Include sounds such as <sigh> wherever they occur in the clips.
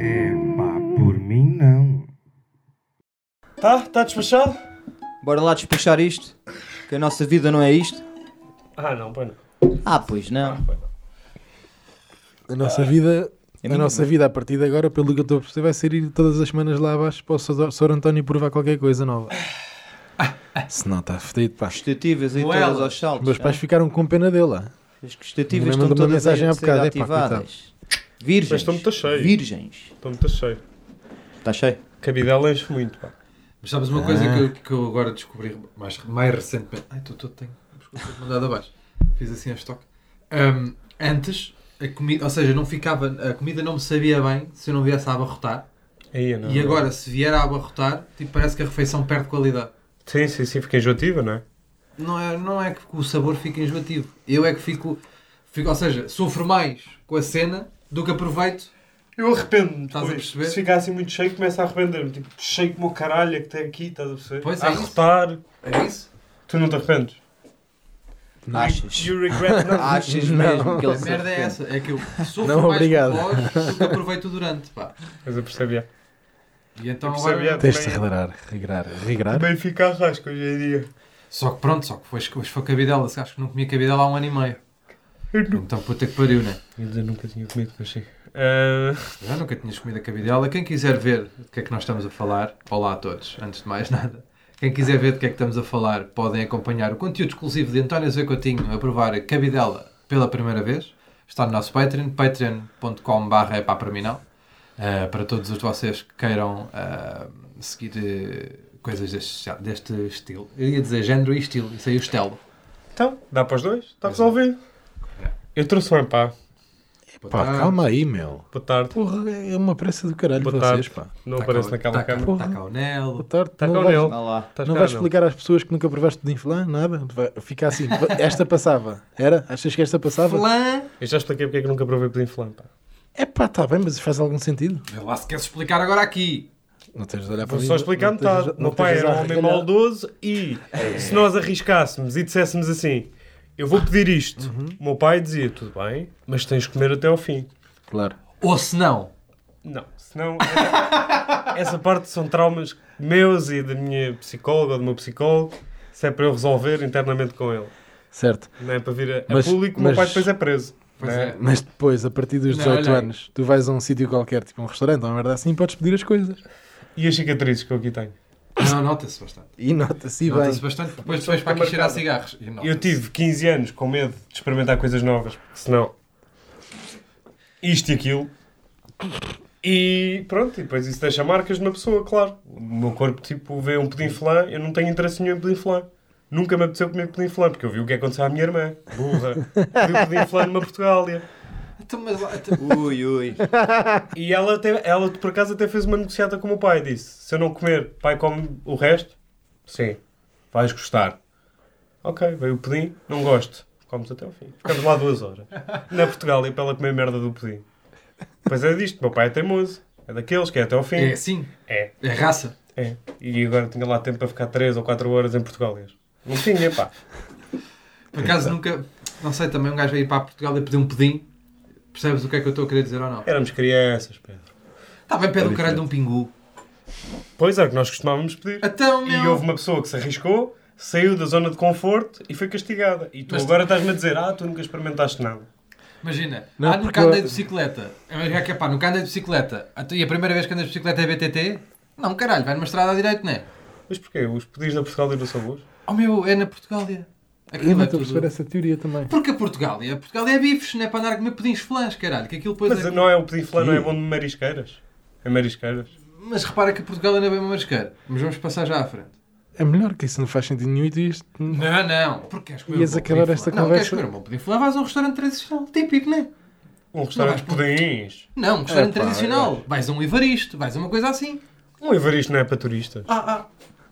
É pá, por mim não. Tá? Tá despachado? Bora lá despachar isto, que a nossa vida não é isto. Ah, não, pois não. Ah, pois não. A Ah, nossa vida. É a mínima. nossa vida a partir de agora, pelo que eu estou a perceber, vai ser ir todas as semanas lá abaixo para o Sr. Sr. António provar qualquer coisa nova. <laughs> Se não, está fedido, pá. Estativas aí Moela. todas aos saltos. Meus é? pais ficaram com pena dele ah. lá. As estativas Ainda estão mandou uma todas mensagem a há ser bocado, epá, ativadas. Virgens. Mas estão muito cheios. Virgens. Estou muito cheio. Está cheio? Cabidela enche muito, pá. Mas sabes uma Ah. coisa que, eu, que eu agora descobri mais, mais recentemente. Ai, estou todo tenho. Estou mandado abaixo. Fiz assim a estoque. Ahm, antes, a comida, ou seja, não ficava, a comida não me sabia bem se eu não viesse a abarrotar. Aí, não. E agora, se vier a abarrotar, tipo, parece que a refeição perde qualidade. Sim, sim, sim, fica enjoativa, não é? Não é, não é que o sabor fica enjoativo. Eu é que fico, fico. Ou seja, sofro mais com a cena do que aproveito. Eu arrependo-me. Estás a depois. perceber? Se ficar assim muito cheio, começo a arrepender-me. Tipo, cheio como o caralho é que tem aqui, estás a perceber? Pois é a isso. rotar. É isso? Tu não te arrependes? Achas? You regret not. Achas mesmo que ele A se merda é arrepende? essa. <laughs> É que eu sofro Não, mais obrigado. com o pós do que aproveito durante. Pá. <laughs> Mas eu percebi. é. E então Eu agora. percebi, é. Tens de regrar, regrar, regrar. Bem fica a rasca hoje em dia. Só que pronto, só que foi, hoje foi cabidela. Se acho que não comia cabidela há um ano e meio. Então puta que pariu, né? Quer dizer, nunca tinha comido com Ah, Já nunca tinhas comido a cabidela. Quem quiser ver do que é que nós estamos a falar, olá a todos, antes de mais <laughs> nada. Quem quiser ver do que é que estamos a falar, podem acompanhar o conteúdo exclusivo de António Zé Coutinho a provar a cabidela pela primeira vez. Está no nosso Patreon, patreon.com.br é para terminal. Uh, para todos os de vocês que queiram uh, seguir uh, coisas deste, deste estilo. Eu ia dizer género e estilo, isso aí é o estelo. Então, dá para os dois? Está resolvido. Eu trouxe um empá. Pá, calma aí, meu. Boa tarde. Porra, é uma pressa do caralho Boa vocês, tarde. Tá pá. Tá Não aparece naquela taca, câmera. Porra. Taca o Nelo. Boa tarde. Está não com vais- ele. Vá lá. Estás Não cá, vais explicar às pessoas que nunca provaste de inflã, nada? Vai- Fica assim. Esta passava. Era? Achas que esta passava? Flan. Eu já expliquei porque é que nunca provei pudim flan, pá. É pá, está bem, mas faz algum sentido. Vê lá se queres explicar agora aqui. Não tens de olhar para Vou mim. só explicar não tens- metade. não Meu tens pai de era um olhar- homem maldoso e É. se nós arriscássemos e disséssemos assim, eu vou pedir isto, Uhum. o meu pai dizia, tudo bem, mas tens de comer até ao fim. Claro. Ou se não, Não, senão... essa parte são traumas meus e da minha psicóloga ou do meu psicólogo. Isso é para eu resolver internamente com ele. Certo. Não é para vir a, a Mas- público, o meu mas- pai depois é preso. Pois Não é. Mas depois, a partir dos Não, 18 olha aí. anos, tu vais a um sítio qualquer, tipo um restaurante ou uma merda assim, e podes pedir as coisas. E as cicatrizes que eu aqui tenho. Não, nota-se bastante. E nota-se bem. Nota-se bastante, depois depois para aqui cheirar cigarros. E nota-se. Eu tive 15 anos com medo de experimentar coisas novas, porque senão isto e aquilo. E pronto, e depois isso deixa marcas na pessoa, claro. O meu corpo, tipo, vê um pudim flan, eu não tenho interesse nenhum em pudim flan. Nunca me apeteceu comer pudim flan, porque eu vi o que aconteceu à minha irmã, burra. Vi o pudim flan numa Portugália. Então, mas lá- então- Ui, ui. E ela, até, ela, por acaso, até fez uma negociata com o meu pai. Disse: Se eu não comer, pai come o resto? Sim, vais gostar. Ok, veio o pudim, não gosto. Comes até ao fim. Ficamos lá duas horas. Na Portugal e para ela comer merda do pudim. Pois é disto, meu pai é teimoso. É daqueles que é até ao fim. É assim, É, é raça. é. E agora tinha lá tempo para ficar 3 ou 4 horas em Portugal. Não tinha, pá. Por acaso nunca, não sei, também um gajo veio para Portugal e pedir um pudim. Percebes o que é que eu estou a querer dizer ou não? Éramos crianças, Pedro. Está bem É pé do caralho de um pingu. Pois é, o que nós costumávamos pedir. Então, E meu... houve uma pessoa que se arriscou, saiu da zona de conforto e foi castigada. E tu Mas- agora estás-me a dizer, ah, tu nunca experimentaste nada. Imagina, Não, ah, nunca porque- andei de bicicleta. Imagina que é pá, nunca andei de bicicleta. Então, E a primeira vez que andas de bicicleta é BTT? Não, caralho, vai numa estrada à direita, não é? Mas porquê? Os pedis da Portugal e do Sabor? Oh meu, é na Portugália. Eu Aquilo não é estou a perceber tudo. essa teoria também. Porque a Portugália, a Portugália é bifes, não é para andar a comer pudins flãs, caralho. Que aquilo depois Mas é... não é o pedir flan, não é bom de marisqueiras? É marisqueiras. Mas repara que Portugal ainda é bem uma marisqueira. Mas vamos passar já à frente. É melhor que isso não faz sentido nenhum e tu ias- Não, não. Porque queres comer Ias um bom acabar pudim esta flan? Não, conversa- queres comer um bom pudim flan? Vais a um restaurante tradicional. Típico, não é? Um restaurante de Não pudins. Não, um restaurante Epá, tradicional. Vais a um Ivaristo. Vais a uma coisa assim. Um Evaristo não é para turistas. Ah, ah.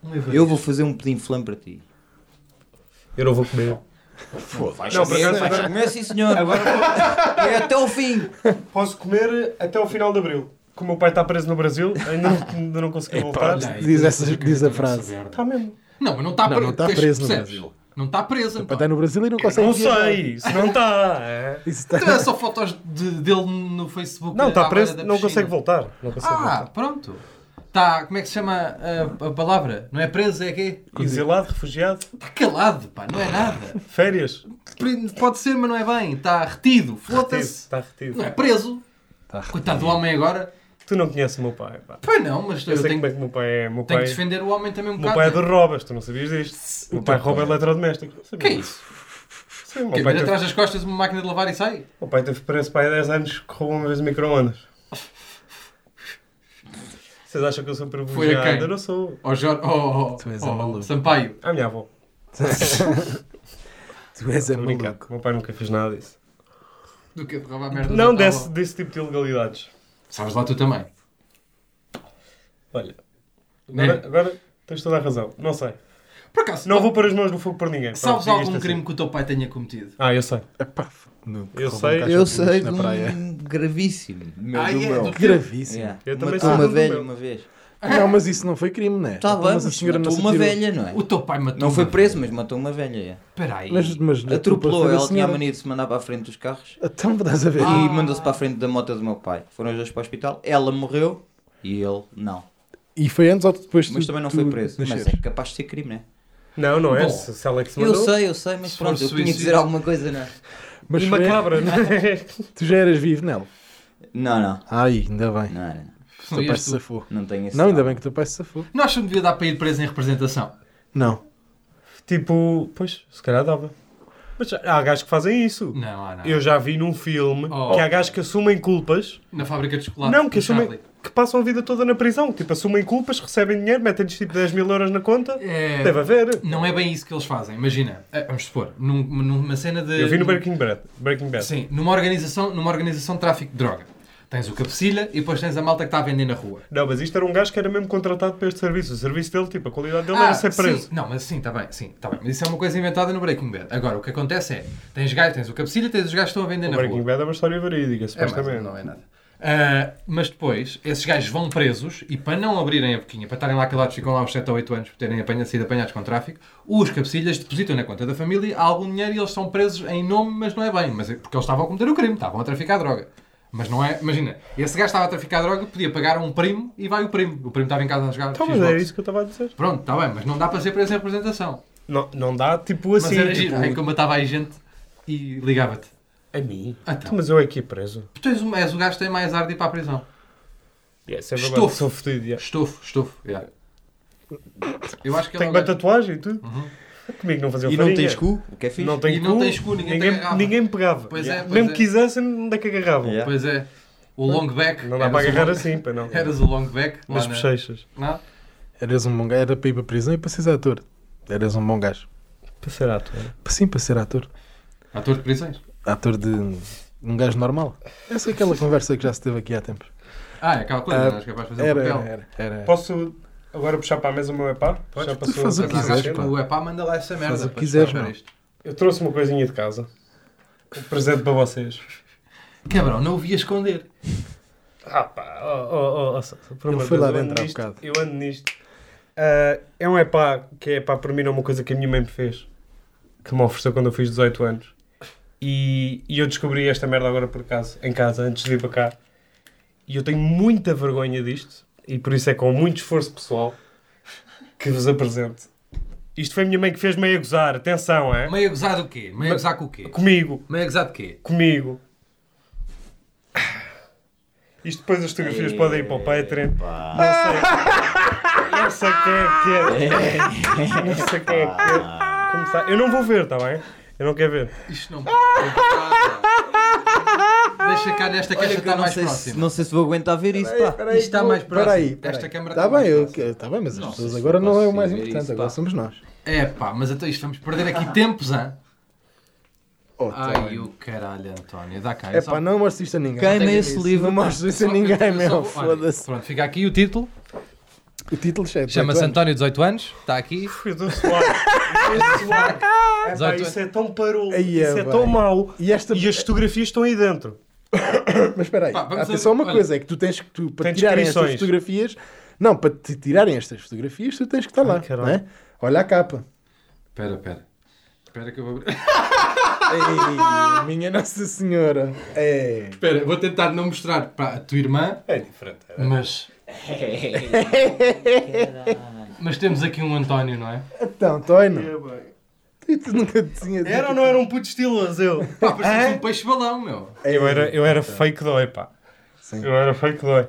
Um Ivaristo. Eu vou fazer um pudim flan para ti. Eu não vou comer. Não, por acaso agora- Comer sim, senhor. É até o fim. Posso comer até ao final de Abril. que o meu pai está preso no Brasil, ainda <laughs> não, ainda não conseguiu Epá, voltar. <laughs> diz essa- diz a frase. Está mesmo. Não, mas não está tá Não, preso. não está Tens- preso no percebes? Brasil. tá- Não está preso. Para estar no Brasil e não consegue. Não viajar. sei, se não está. é. Isso tá- está- Então é só fotos de- dele no Facebook. Não, à tá está beira preso, da não piscina. consegue voltar. Não consegue Ah, pronto. Tá, como é que se chama a, a palavra? Não é preso, é quê? voltar. Exilado, refugiado, Está calado, pá, não é nada. férias. Pode ser, mas não é bem. Está retido, Retido, Tá foda-se. está retido. Não é preso. Coitado do homem agora. Tu não conheces o meu pai. Pá. Pois não, mas Eu, eu sei tenho, como é que o meu pai é. O Meu tenho pai, que defender o homem também um o meu pai é bocado. de roubas, tu não sabias disto. O meu pai é rouba eletrodomésticos. O que é isso? Sim, Que o meu é, pai, vir teve, atrás das costas uma máquina de lavar e sai? o meu pai teve preso para aí 10 anos que roubou uma vez o micro-ondas. Vocês acham que eu sou um Foi a privilegiado? quem? Eu não sou. Ou Jorge, ou, Tu és ou- um maluco. Sampaio. A minha avó. Tu és é Estou a brincar. maluco. O meu pai nunca fez nada disso. Do que de roubar merda. Não da desse, tábua. desse tipo de ilegalidades. Sabes lá tu também. Olha. né? Agora, É. agora tens toda a razão. Não sei. Por acaso, Não vou pôr as mãos no fogo por ninguém. sabes Pronto, digo algum isto é crime que o teu pai tenha cometido? assim. Ah, eu sei. Epá, no- Eu roubam sei. caixotinhos Eu sei de Na <laughs> praia. um gravíssimo. Meu, Ah, do é, meu. do- Gravíssimo. Ah, Yeah. Eu também Matou sei uma do velha meu. uma vez. Não, mas isso não foi crime, não é? Está Então, Tá bem, mas a mas senhora não matou se uma atirou. velha, não é? O teu pai matou. Não foi uma- preso, mas matou uma velha. yeah. Espera aí. Mas, mas a culpa Atropelou, foi da ela tinha a senhora. mania de se mandar para a frente dos carros Então, estás a ver? e mandou-se para a frente da moto do meu pai. Foram os dois para o hospital, ela morreu e ele não. E foi antes ou depois Mas tu- também não tu foi preso. Mas nasceres? é capaz de ser crime, não é? Não, não é. Bom, se, se ela é que se Eu mandou. sei, eu sei, mas Se pronto, for eu tinha que suicídio- dizer alguma coisa, não é? Mas E foi- macabra, não é? <laughs> tu já eras vivo, não? Não, não. Ai, ainda bem. Não, não, não. O Não teu ias pai se tu. safou. Não tenho esse Não, ainda trauma. bem que o teu pai se safou. Não acham que devia dar para ir preso em representação? Não. Tipo, pois, se calhar dava. Mas há gajos que fazem isso. Não, ah, não. Eu já vi num filme Oh. que há gajos que assumem culpas. Na fábrica de chocolate. não, que do assumem. Charlie. Que passam a vida toda na prisão. Tipo, assumem culpas, recebem dinheiro, metem-lhes tipo 10 mil euros na conta. É, Deve haver. Não é bem isso que eles fazem. Imagina, eh, vamos supor, num- numa cena de. Eu vi no Breaking Bad. Breaking Bad. Sim, numa organização, numa organização de tráfico de droga. Tens o cabecilha e depois tens a malta que está a vender na rua. Não, mas isto era um gajo que era mesmo contratado para este serviço. O serviço dele, tipo, a qualidade dele era ser preso. Ah, Sim. Não, mas sim, está bem, sim, está bem. Mas isso é uma coisa inventada no Breaking Bad. Agora, o que acontece é, tens gajos, tens o cabecilha, tens os gajos que estão a vender O na Breaking rua. Bad é uma história É, verídica, mas supostamente. não é nada. Ah, mas depois, esses gajos vão presos e para não abrirem a boquinha, para estarem lá calados, ficam lá os 7 ou 8 anos por terem apanha, sido apanhados com tráfico, os cabecilhas depositam na conta da família algum dinheiro e eles são presos em nome, mas não é bem, mas é porque eles estavam a cometer o crime, estavam a traficar droga. Mas não é, imagina, esse gajo estava a traficar droga, podia pagar a um primo e vai o primo. O primo estava em casa a jogar. Então, mas Xbox. é isso que eu estava a dizer. Pronto, está bem, mas não dá para ser preso em representação. Não, não dá, tipo, Mas assim. era tipo, giro, aí como eu estava aí gente e ligava-te. A mim? Então. Mas eu é que é preso. Tu és, o- és o gajo que tem mais ar de ir para a prisão. Yeah, isso é verdade. Estofo. Sou fodido, yeah. Estofo, estofo. yeah. Eu acho que Tenho ele uma tatuagem e tudo. Uhum. Comigo não fazia E não tens cu? O que é fixe? Não tenho E não cu, tens cu, ninguém te agarrava. ninguém me pegava. Pois é, pois Mesmo é. que quisessem, onde é que agarravam? Yeah. Pois é, o long back. Não dá eras para o agarrar long- <laughs> assim, para não. Eras o long back. lá Nas na- bochechas. Não? Eras um bom gajo. Era para ir para a prisão e para seres ator. Eras um bom gajo. Para ser ator. Sim, para ser ator. Ator de prisões. Ator de um gajo normal. Essa é aquela conversa que já se teve aqui há tempos. Ah, é aquela coisa, Ah, não és capaz de fazer Era, o papel. era, era. era. Posso agora puxar para a mesa o meu epá? Já tu passou faz o a que Mas quiseres, há gajos que pá. o epá manda lá essa merda. o que para quiseres, escrever meu. isto. Eu trouxe uma coisinha de casa. Um presente para vocês. Cabrão, não o via esconder. Ah pá, oh, oh, oh, oh, por Ele amor de foi lá Deus, dentro eu ando há nisto, bocado. Eu ando nisto. Ah, é um epá que é epá para mim, não é uma coisa que a minha mãe me fez. Que me ofereceu quando eu fiz 18 anos. E, e eu descobri esta merda agora por acaso, em casa, antes de vir para cá. E eu tenho muita vergonha disto. E por isso é com muito esforço pessoal que vos apresento. Isto foi a minha mãe que fez meio a gozar. Atenção, é? Meio a gozar do quê? Meio a gozar com o quê? Comigo. Meio a gozar de quê? Comigo. Isto depois as fotografias podem ir para o Patreon. Não sei quem é que é. Não sei quem é que é. Começar. Eu não vou ver, está bem? Eu não quero ver. Isto não me Deixa cá nesta caixa Olha que está eu não mais sei, se, próxima. não sei se vou aguentar ver isso, pá. Isto está mais próximo. Peraí, Esta câmara está está mais Tá bem, eu- próxima. está bem, mas as Não pessoas sei se agora eu não é o consigo mais ver importante, isso, agora pá. somos nós. É pá, mas até isto vamos perder aqui tempos, hã? Oh, tá Ai, bem. o caralho, António, dá cá. é eu só- pá, não mostres isto a ninguém. é Queima esse livro. Não mostres isso a é só- ninguém, é eu só- meu. olha, Foda-se. Pronto, fica aqui o título. O título é cheio. Chama-se António, 18 anos. Está aqui. Eu estou suado. Eu estou suado. É pá, Dezoito Isso é tão parou. Ai, é Isso é bem. tão mau. E esta E as fotografias estão aí dentro. Mas espera aí, Pá, vamos atenção a uma olha- coisa, é que tu tens que, tu, para Tem te tirarem estas descrições. fotografias, não, para te tirarem estas fotografias, tu tens que estar lá, caralho. não é? Olha a capa. Espera, espera. Espera que eu vou abrir. <laughs> Ei, <laughs> minha Nossa Senhora. É. Espera, vou tentar não mostrar para a tua irmã, É diferente. é. Mas, mas temos aqui um António, não é? Então, Toino. <laughs> Tu, tu nunca te tinha dito. Era ou não era um puto estiloso eu? pá, parece um peixe balão, meu. Eu era, eu era fake dói, pá. Sim. Eu era fake dói.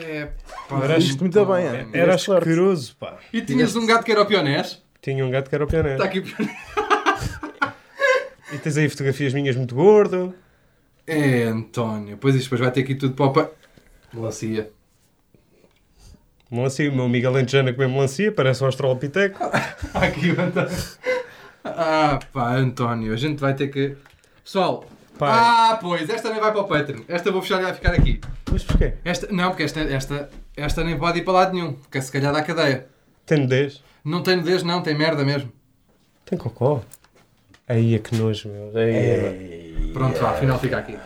É, pá. Era, Viste muito bem, é? era Tiveste sorte. asqueroso, pá. E tinhas um gato que era o pionés. Tinha um gato que era o pioneiro. Está aqui o pionés. E tens aí fotografias minhas muito gordo. É, António. Pois isto depois vai ter aqui tudo para o pa... Melancia. Melancia, o meu amigo alentejano a comer melancia, parece um australopiteco. Está Tá aqui o António. Ah, pá, António. A gente vai ter que... Pessoal... Pá. Ah, pois. Esta nem vai para o Patreon. Esta eu vou fechar e vai ficar aqui. Mas porquê? Esta... Não, porque esta, esta, esta nem pode ir para lado nenhum. Porque se calhar dá cadeia. Tem nudez? Não tem nudez, não. Tem merda mesmo. Tem cocó? Aí é que nojo, meu. Aí é... Pronto, vá. Afinal fica aqui.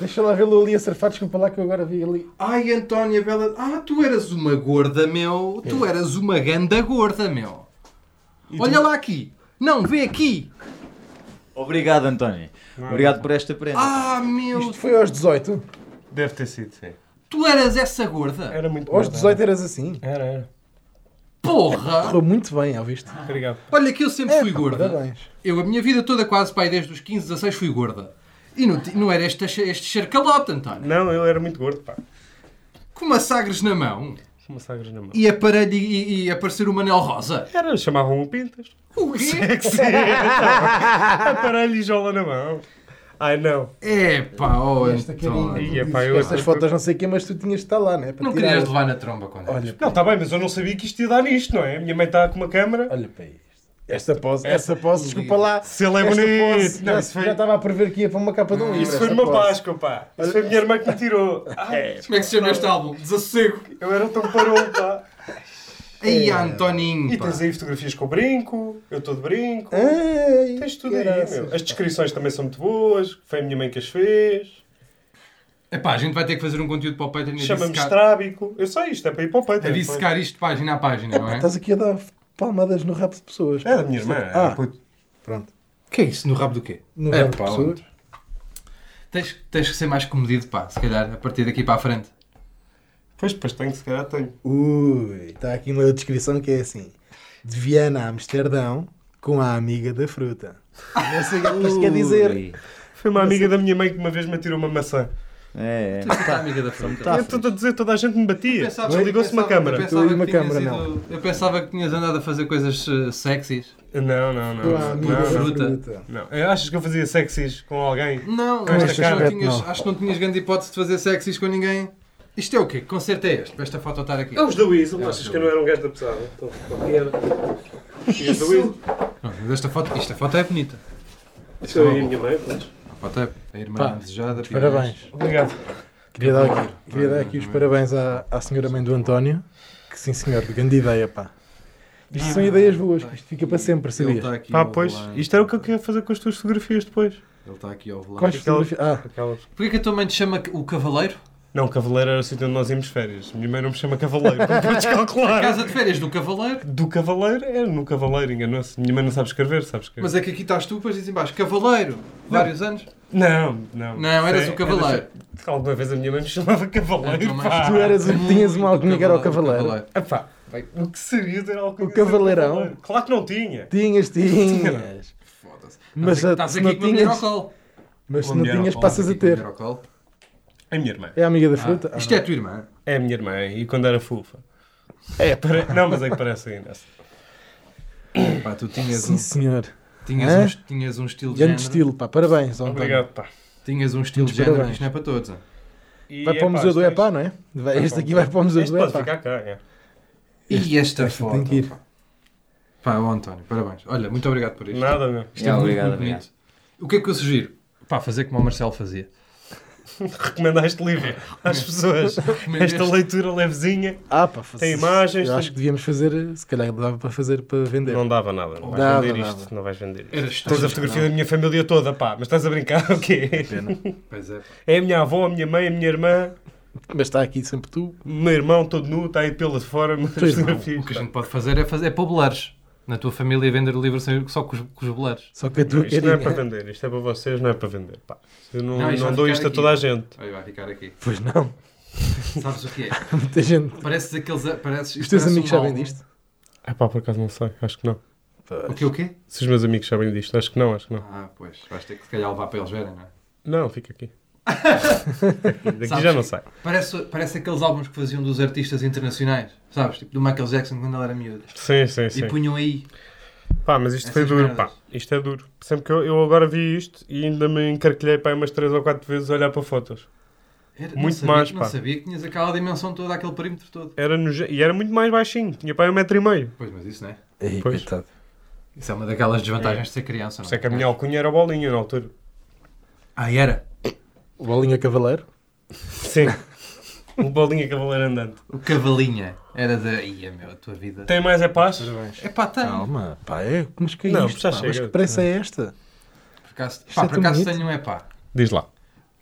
Deixa lá vê-lo ali a surfar, desculpa lá que eu agora vi ali. Ai, Antónia Bela. Ah, tu eras uma gorda, meu. Tu eras uma ganda gorda, meu. Olha lá aqui. Não, vê aqui. Obrigado, António. Obrigado por esta prenda. Ah, meu. Isto foi aos 18. Deve ter sido, sim. Tu eras essa gorda. Era muito Aos gordo, é? 18 eras assim. Era, era. Porra. Correu muito bem, ouviste? É, Obrigado. Olha que eu É, sempre fui gorda. Parabéns. Eu, a minha vida toda, quase, pai, desde os 15, 16, fui gorda. E não, ti- não era este, este charcalote, António. Não, eu era muito gordo, pá. Com massagres na mão. Uma sagres na mão. E aparelho e, e aparecer o Manel Rosa. Era, chamavam-me <laughs> Pintas. O quê? Que sim, então. Aparelho e jola na mão. Ai, não. É pá, oh, António. Ia, pá, eu Estas fotos não sei o quê, mas tu tinhas de estar lá, não é? Para Não tirar. querias levar na tromba quando eras Olha, Não, está bem, mas eu não sabia que isto ia dar nisto, não é? A minha mãe está com uma câmera. olha para isto. Esta pose, essa pose, desculpa lá. Se ele é Esta bonito. pose, Não, já- isso foi, Já estava a prever que ia para uma capa de um livro. isso foi esta uma pose. Páscoa, pá. Isso foi a minha irmã que me tirou. Ai, Como é que se chama este álbum? Desassossego. eu era tão parou, pá. Ei, Antoninho, <laughs> E pá. tens aí fotografias com brinco, eu estou de brinco. Ei, Tens tudo é aí, caraças. meu. As descrições também são muito boas. Foi a minha mãe que as fez. Epá, a gente vai ter que fazer um conteúdo para o Patreon e Chama-me dissecar, estrábico. Eu sei isto, é para ir para o peito. a dissecar isto página a página, não é? Estás aqui a dar palmadas no rabo de pessoas. É da minha irmã. é, Ah. puto. Pronto. que é isso? No rabo do quê? No É, rabo de pá, pessoas. Tens, tens que ser mais comedido, pá, se calhar, a partir daqui para a frente. Pois, pois tenho, se calhar tenho. Ui, está aqui uma descrição que é assim: de Viana a Amsterdão com a amiga da fruta. Não sei o que é que isto quer dizer. Foi uma amiga da minha mãe que uma vez me atirou uma maçã. É, é. Tá, amiga da frente. Eu estou a dizer, toda a gente me batia. Desligou-se uma Eu câmara. pensava, Eu e é? uma que tinhas câmara, ido- eu pensava que tinhas andado a fazer coisas eh, sexys. Não, não, não. Com a Não, amiga da não. fruta. fruta. não. Eu- Achas que eu fazia sexys com alguém? Não, Com esta acho que, não cara. tinhas, Não. acho que não tinhas grande hipótese de fazer sexys com ninguém. Isto é o quê? Que concerto é este? Para esta foto estar aqui. do Weasel. Achas que eu não era um gajo da pesada? um. <laughs> Isso. Pronto, mas esta foto, isto, a foto é bonita. Isso aí, minha mãe. A foto é a irmã Pá, desejada. pioneira. Parabéns. Obrigado. Queria dar aqui, queria dar aqui os parabéns à, à senhora mãe do António. Que sim, senhor, grande ideia, pá. Isto são ideias boas, que isto fica para sempre, Ele sabias? está aqui Pá, ao Ah, pois. volante. Isto era o que eu queria fazer com as tuas fotografias depois. Ele está aqui ao volante. é Quais fotografias? Ah, Aquelas. Porquê que a tua mãe te chama o Cavaleiro? Não, Cavaleiro era o sítio onde nós íamos de férias. Minha mãe não me chama Cavaleiro, como <laughs> podes calcular. Casa de férias do Cavaleiro? Do Cavaleiro era no Cavaleiro, enganou-se. Minha mãe não sabe escrever, sabe escrever. Mas é que aqui estás tu, depois diz em baixo Cavaleiro, vários anos. Não, não. Não, eras Sei, o Cavaleiro. era- Alguma vez a minha mãe me chamava Cavaleiro. Então, mas pá. Tu eras, tinhas uma alcunha que era o cavaleiro. Cavaleiro. Ah, pá, bem, o que seria ter alguma O coisa Cavaleirão? com Cavaleiro? Claro que não tinha. Tinhas, tinhas. Foda-se. Mas Estás aqui- estás se aqui não com a mulher ao tinhas, colo. mas se Com a não mulher ao tinhas, colo, passas a Aqui com a mulher ter. ao colo. É a minha irmã. É a amiga da fruta? Isto é a tua irmã. É a minha irmã. E quando era fufa. É, para... não, mas é que parece ainda. Pá, tu tinhas um, Sim, senhor. tinhas Hã? um, tinhas um estilo de Grande género. estilo, pá. Parabéns, Então, António. Obrigado, pá. Tinhas um estilo de Muitos género, parabéns. isto não é para todos. hein? E, Vai para o Museu do isto- Epá, não é? Vai- Este aqui vai para o Museu Este do pode Epá. ficar cá, é. E esta Esta foto. tem que ir. pá. Pá, ó António, parabéns. Olha, muito obrigado por isto. Nada, meu. Isto é É, muito, obrigado, muito bonito. O que é que eu sugiro? Pá, fazer como o Marcelo fazia. recomenda <laughs> este livro às pessoas. Esta leitura levezinha, Ah, pá, fazer. tem imagens. Eu tem- acho que devíamos fazer, se calhar dava para fazer para vender. Não dava nada, não vais Dava, vender isto, dava. não vais vender isto. Era Tens a estúpido. fotografia da minha família toda, pá, mas estás a brincar <laughs> o quê? Pois é. É a minha avó, a minha mãe, a minha irmã, Mas está aqui sempre tu. o meu irmão todo nu, está aí pela de fora, mas <laughs> Teu irmão, fotografia. O que a gente pode fazer é, fazer, é para bolares. Na tua família vender o livro sem- só com os, com os bolares. Só que a tua Isto não é carinha. para vender, isto é para vocês, não é para vender. Pá. Eu não, Não, isto não vai dou ficar isto a aqui. toda a gente. Olha, vai ficar aqui. Pois não. <laughs> Sabes o que é? Muita gente. Pareces aqueles. Pareces, Os teus parece amigos um sabem álbum. disto? É pá, por acaso não sei, acho que não. O quê? O quê? Se os meus amigos sabem disto, acho que não, acho que não. Ah, pois. Vais ter que se calhar levar para eles verem, não é? Não, fica <laughs> aqui. Aqui- Daqui Sabes já não que- sai. Parece, parece aqueles álbuns que faziam dos artistas internacionais, sabes? Tipo do Michael Jackson quando ele era miúdo. Sim, sim, E sim. punham aí. Pá, mas isto foi Essas duro, pá. merdas. Isto é duro. Sempre que eu, eu agora vi isto e ainda me encarquilhei para umas 3 ou 4 vezes a olhar para fotos. Era- não Muito sabia- mais, Não pá. sabia que tinhas aquela dimensão toda, aquele perímetro todo. Era no, e era muito mais baixinho, tinha para aí um metro e meio. Pois, mas isso não é? Ei, Pois. coitado. Isso é uma daquelas desvantagens de ser criança, Por não isso é que a minha alcunha era bolinha na altura. Ah, era? O Bolinha Cavaleiro. Sim. <laughs> o bolinha cavaleiro andante. O Cavalinha. Era da... Ia, meu, a tua vida. Tem mais é paz? É pá, tem. Calma, pá, é, mas que é Não, isto, já pá? chega. Mas que pressa é esta? Por acaso, Isto pá, é por tão acaso bonito. tenho um é pá. Diz lá.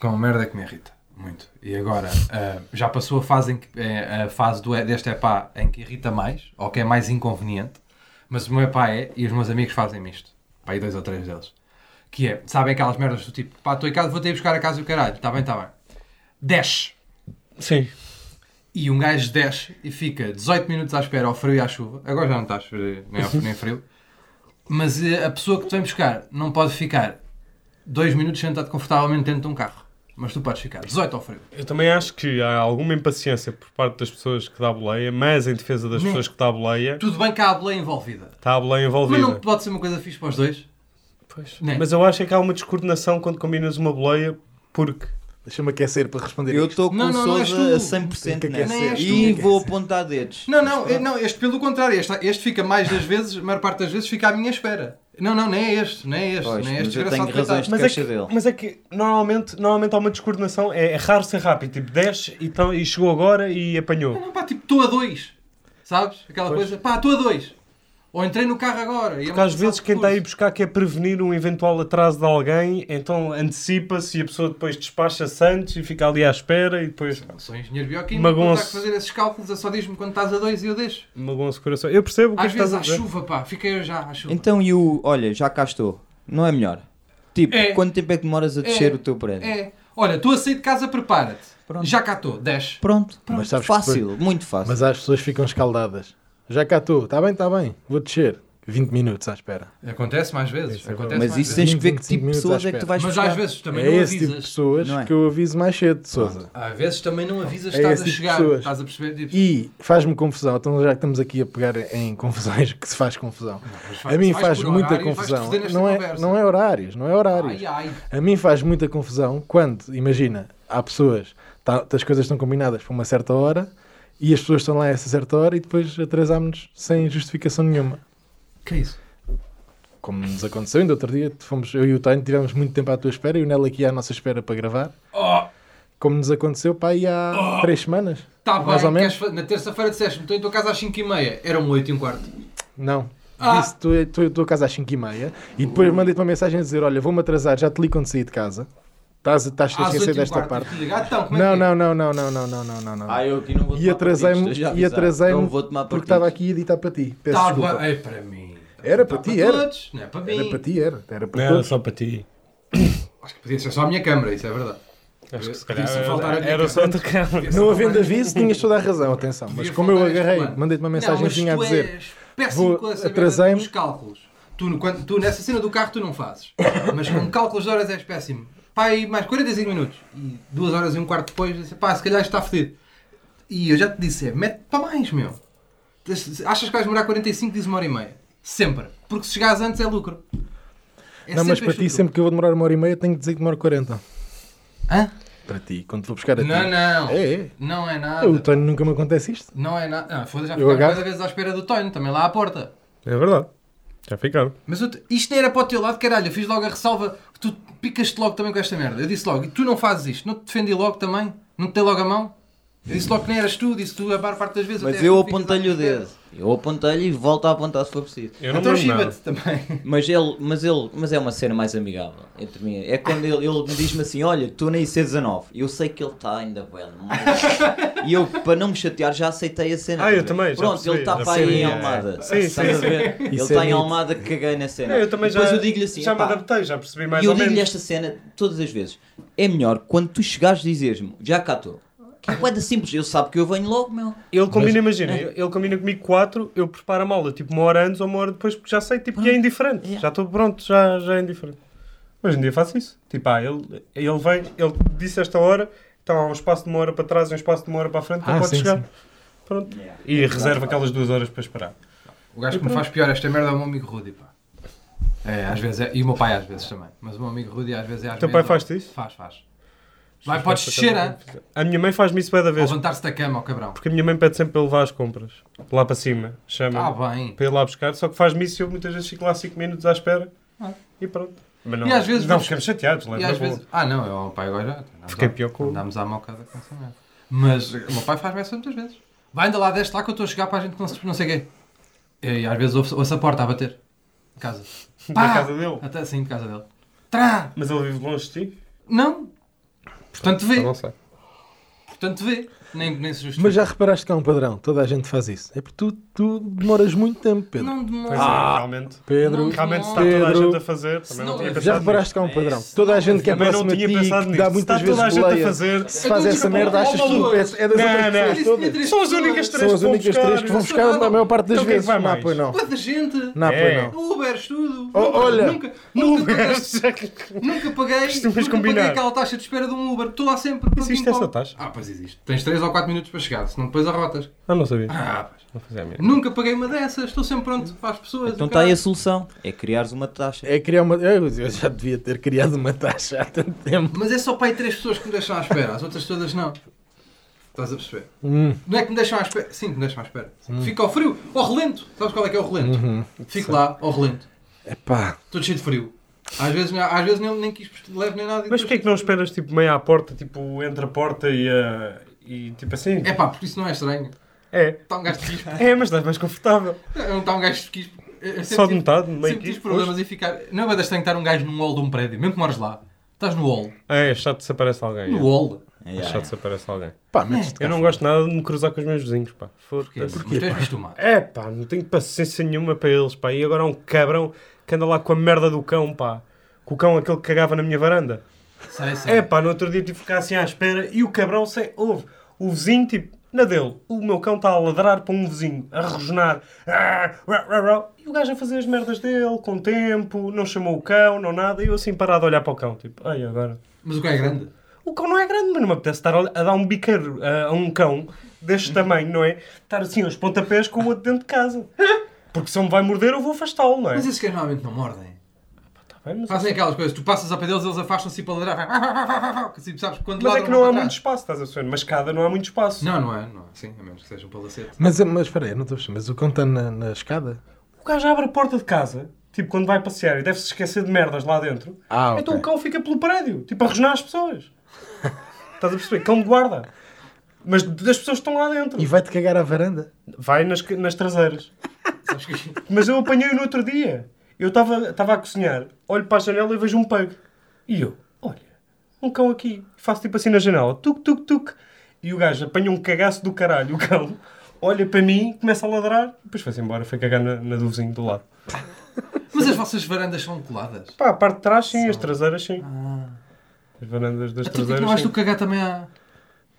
Com merda que me irrita. Muito. E agora, ah, já passou a fase, em que, eh, a fase do, deste epá em que irrita mais, ou que é mais inconveniente, mas o meu epá é, e os meus amigos fazem-me isto. Pá, aí dois ou três deles. Que é, sabem aquelas merdas do tipo, pá, estou em casa, vou ter ir buscar a casa do caralho. Está bem, está bem. Desce. Sim. E um gajo desce e fica 18 minutos à espera ao frio e à chuva. Agora já não está a chover, nem ao frio nem frio. Mas eh, a pessoa que te vem buscar não pode ficar 2 minutos sentado confortavelmente dentro de um carro. Mas tu podes ficar 18 ao frio. Eu também acho que há alguma impaciência por parte das pessoas que dá a boleia, mas em defesa das Não. pessoas que dá a boleia, Tudo bem que há a boleia envolvida. está a boleia Mas envolvida. não pode ser uma coisa fixe para os dois? Pois. Não é? Mas eu acho é que há uma descoordenação quando combinas uma boleia, porque Deixa-me aquecer para responder. Eu isto. estou com Não, o não, não és Sousa tu. a Tem que 100% aquecer. nessa. Nem E és tu. vou apontar dedos. Não, não, eh, não este pelo contrário. Este, este fica mais das vezes, a maior parte das vezes fica à minha espera. Não, não, nem é este, nem é este, Pois, nem é mas este eu tenho desgraçado coitado. razões de Mas é, queixa que, dele. mas é que normalmente, normalmente há uma descoordenação. É, é raro ser rápido. Tipo, desce e, tão- e chegou agora e apanhou. Não, pá, tipo, estou a dois. Sabes? Aquela coisa, pá, estou a dois. Ou entrei no carro agora. e é a Porque malta às vezes sabe quem está aí tudo. buscar quer prevenir um eventual atraso de alguém, então antecipa-se e a pessoa depois despacha-se antes e fica ali à espera e depois Eu Sou engenheiro bioquímico, Magonço. não está a fazer esses cálculos, eu só diz-me quando estás a dois e eu deixo. magoam-se o coração. Eu percebo o que Às é que estás vezes a à dizer. chuva, pá, fiquei eu já à chuva. Então e o. Olha, já cá estou. Não é melhor? Tipo, É. quanto tempo é que demoras a descer o teu prédio? É, olha, estou a sair de casa, prepara-te. Pronto. Já cá estou, desce. Pronto, Mas sabes que fácil, muito fácil. Mas as pessoas ficam escaldadas. Já cá estou, está bem, está bem, vou descer. 20 minutos à espera. Acontece mais vezes. Acontece Mas mais isso vezes. tens que ver que 25 tipo de minutos à pessoas é que tu espera. vais Mas buscar. às vezes também é esse não tipo de avisas. pessoas não é? que eu aviso mais cedo, Sousa. Às vezes também não avisas É que estás esse a tipo de chegar. pessoas. Estás a perceber? Tipo, E faz-me confusão, então já que estamos aqui a pegar em confusões, que se faz confusão. mas faz- A mim faz faz por muita horário e confusão. vais-te foder nesta Não é, conversa. não é horários, não é horários. ai, ai. A mim faz muita confusão quando, imagina, há pessoas, tá, as coisas estão combinadas para uma certa hora e as pessoas estão lá a essa certa hora e depois atrasámos-nos sem justificação nenhuma. Que é isso? Como nos aconteceu ainda outro dia, fomos, eu e o Tony tivemos muito tempo à tua espera e o Nel aqui à nossa espera para gravar. Oh, Como nos aconteceu, pá, aí há três semanas. tá bem, Mais ou menos. queres fa- na terça-feira disseste-me, estou em tua casa às 5h30. Eram 8 e um quarto. Não. Ah! Oh! Disse, tu, tu, tu a casa às 5 e meia e depois mandei-te uma mensagem a dizer, olha, vou-me atrasar, já te li quando saí de casa. Estás estás a Às 8 esquecer e um desta quarto. parte. Te ligo, "Ah, então, como é Não, que é?" não, não, não, não, não, não, não, não, não. Ah, eu aqui não vou E tomar atrasei-me partidos, já e avisaram. atrasei Não é vou tomar porque partidos. estava aqui a editar para ti. Peço Tá desculpa. bem, é para mim. Era Tá para ti, era. todos, não é para mim. Era para ti, era. Era para Não, todos. só para ti. Acho que podia ser só a minha câmara, isso é verdade. Acho que se Podia calhar só faltar a era, minha era câmara. só a tua câmara. Não havendo aviso, tinhas toda a razão, atenção. Mas Podia como eu faltar este agarrei, plano. mandei-te uma mensagenzinha a Não, mas tu é dizer. és péssimo vou- com essa merda atrasei-me. dos cálculos. Tu, no- quando- tu nessa cena do carro tu não fazes. Mas com cálculos de horas és péssimo. Pá, e mais 45 minutos. E duas horas e um quarto depois, disse, pá, se calhar isto está fodido. E eu já te disse, é, mete para mais, meu. Achas que vais demorar 45, diz uma hora e meia. Sempre. Porque se chegares antes é lucro. É Não, mas sempre para este ti, lucro. sempre que eu vou demorar uma hora e meia, tenho que dizer que demoro 40. Hã? Para ti, quando te vou buscar a ti. Não, não. É, é. Não é nada. O Tony nunca me acontece isto. Não é nada. Não, foda-se, já Eu ficaram agarro. várias vezes à espera do Tony, também lá à porta. É verdade. Já ficaram. Mas eu te- isto não era para o teu lado, caralho. Eu fiz logo a ressalva. tu picas-te logo também com esta merda. Eu disse logo, e tu não fazes isto, não te defendi logo também, não te dei logo a mão. Eu disse logo que nem eras tu, disse tu a maior parte das vezes. Mas até eu tu ficas apontei-lhe à o minha dedo. Eu apontei-lhe e volto a apontar se for preciso. Eu não então me lembro nada. chiva-te <laughs> também. Mas ele, mas ele, mas é uma cena mais amigável entre mim. É quando ele, ele me diz-me assim: Olha, estou na IC19. Eu sei que ele está ainda bem. E eu, para não me chatear, já aceitei a cena. Ah, eu Tá também, já vendo? Pronto, percebi, ele está já para aí percebi. em Almada. Sim, Estás sim, a ver? Ele Isso está é em nítido. Almada, caguei na cena. Não, É, eu também Depois já, eu digo-lhe assim: já me "Epá, adaptei, já percebi mais E eu ou menos. digo-lhe esta cena todas as vezes. É melhor quando tu chegares dizes-me, já cá estou. Que é bué de simples, eu sabe que eu venho logo, meu. Ele é. combina, imagina, ele combina comigo 4, eu preparo a mala tipo uma hora antes ou uma hora depois, porque já sei tipo, que é indiferente. Yeah. Já estou pronto, já, já é indiferente. Hoje em dia faço isso. Tipo, ah, ele, ele vem, ele disse esta hora, então há um espaço de uma hora para trás e um espaço de uma hora para a frente, então Ah, pode sim, chegar. sim. Pronto. E reserva aquelas duas horas para esperar. O gajo que me Então- faz pior esta merda é o meu amigo Rudy, pá. É, às vezes é. E o meu pai às vezes também. Mas o meu amigo Rudy às vezes é às Teu vezes- pai faz-te isso? Faz, faz. Vai, podes descer, hã? A minha mãe faz-me isso bué da Ou vez, levantar-se da cama, ó cabrão. porque a minha mãe pede sempre para eu levar as compras lá para cima. Está Chama Tá bem. para ir lá buscar, só que faz-me isso e eu muitas vezes fico lá 5 minutos à espera Ah. e pronto. Mas não, E às vezes não vamos- ficamos chateados, leva E na às boa. vezes. Ah, não, eu ao pai agora. andámos Fiquei à- pior com o- Andámos à malcada com essa merda. Mas o meu pai faz-me essa muitas vezes. Vai, anda lá, deste lá que eu estou a chegar para a gente que não, se- não sei quê. E às vezes ouço, ouço a porta a bater. De <laughs> casa. Da casa dele? Até assim, de casa dele. Trá! Mas ele vive longe de ti? Não! Portanto vê, Eu não sei. portanto vê. Nem, nem se justifica. Mas já reparaste que há um padrão, toda a gente faz isso. É porque tu, tu demoras muito tempo, Pedro. Não demora. Pois é, realmente. Pedro, Não, Realmente se está Pedro, toda a gente a fazer. Também não não- tinha já já pensado nisso. reparaste que há um padrão. Toda a gente que é Também não próxima a ti, tinha pensado que nisso. dá Se Está muitas vezes toda a gente a boleia, fazer. Então, se faz essa merda, achas que tu és é das Não, outras não. pessoas Isso todas. tinha três São as pessoas. únicas três São as que vão únicas buscar. três que vão buscar na maior parte das Então quem é que vezes. vai Não, mais? pois não. Bué de gente. Não, pois É. não. Ubers, tudo. Oh, Nunca- olha. Nunca, nunca, Ubers. nunca paguei. Costumas nunca combinar. paguei aquela taxa de espera de um Uber. Estou lá sempre. Existe prontinho essa para- taxa? Ah, pois existe. Tens 3 ou 4 minutos para chegar, senão depois arrotas. <laughs> Ah, não sabia. Ah, pois. Não fazia a mínima. Nunca paguei uma dessas. Estou sempre pronto para as pessoas. Então o está tá aí caralho. a solução. É criares uma taxa. É criar uma. Eu eu já devia ter criado uma taxa há tanto tempo. Mas é só para aí 3 pessoas que me deixam à espera. As outras todas não. Estás a perceber? Hum. Não é que me deixam à espera. Sim, que me deixam à espera. Hum. Fico ao frio. Ao relento. Sabes qual é que é o relento? Uhum. Fico lá, ao relento. Epá. Estou cheio de frio. Às vezes, às vezes nem, nem quis leve nem nada. Mas porquê é que não esperas tipo meia à porta, tipo entre a porta e a. e tipo assim? É pá, porque isso não é estranho. É. Está um gajo de <laughs> quispo. É, mas estás mais confortável. Não está um gajo de quispo. Eu sempre Só de tive- metade, meio Sempre que. tive problemas em ficar. Não é bem estranho estar um gajo num hall de um prédio, mesmo que mores lá. Estás no hall. É, é chato se aparece alguém. No é. hall. É, É é. chato se aparece alguém. Pá, mas Eu não gosto nada de me cruzar com os meus vizinhos, pá. Foda-se. Porque tu és acostumado. É pá, não tenho paciência nenhuma para eles, pá. E agora há um cabrão que anda lá com a merda do cão, pá. Com o cão aquele que cagava na minha varanda. Sei, sei. É pá, no outro dia tive que ficar assim à espera e o cabrão sem. Ouve, o vizinho, tipo, na dele, o meu cão está a ladrar para um vizinho, a rosnar. Ah, rá, rá, rá. E o gajo a fazer as merdas dele, com tempo, não chamou o cão, não nada. E eu assim parado a olhar para o cão, tipo, ai agora. Mas o que é grande? O cão não é grande, mas não me apetece estar a a dar um biqueiro a, a um cão <laughs> deste tamanho, não é? Estar assim aos pontapés com o outro dentro de casa. Porque se ele me vai morder, eu vou afastá-lo, não é? Mas esses gajos normalmente não mordem. Tá bem, mas- Fazem aquelas coisas, tu passas ao pé deles, eles afastam-se para ladrar. Assim, sabes? Quando Mas é ladram, que não vão há para muito trás. espaço, estás a perceber? Uma escada não há muito espaço. Não, não é, não é. Sim, a menos que seja um palacete. Mas, mas espera aí, eu não estou a perceber. Mas o cão está na, na escada? O gajo abre a porta de casa, tipo quando vai passear e deve-se esquecer de merdas lá dentro. Ah, Então ok. o cão fica pelo prédio, tipo a rosnar as pessoas. estás a perceber? Cão de guarda. Mas das pessoas que estão lá dentro. E vai-te cagar à varanda? Vai nas, nas traseiras. Sabes que- <laughs> Mas eu apanhei-o no outro dia. Eu estava a cozinhar, olho para a janela e vejo um pego. E eu, olha, um cão aqui. Faço tipo assim na janela, tuc, tuc, tuc. E o gajo apanha um cagaço do caralho, o cão, olha para mim, começa a ladrar, e depois foi-se embora, foi cagar na, na do vizinho do lado. Mas as vossas varandas são coladas. Pá, a parte de trás sim, as traseiras sim. As varandas das Ah, tu que Ah. não traseiras vais sim. tu cagar também à.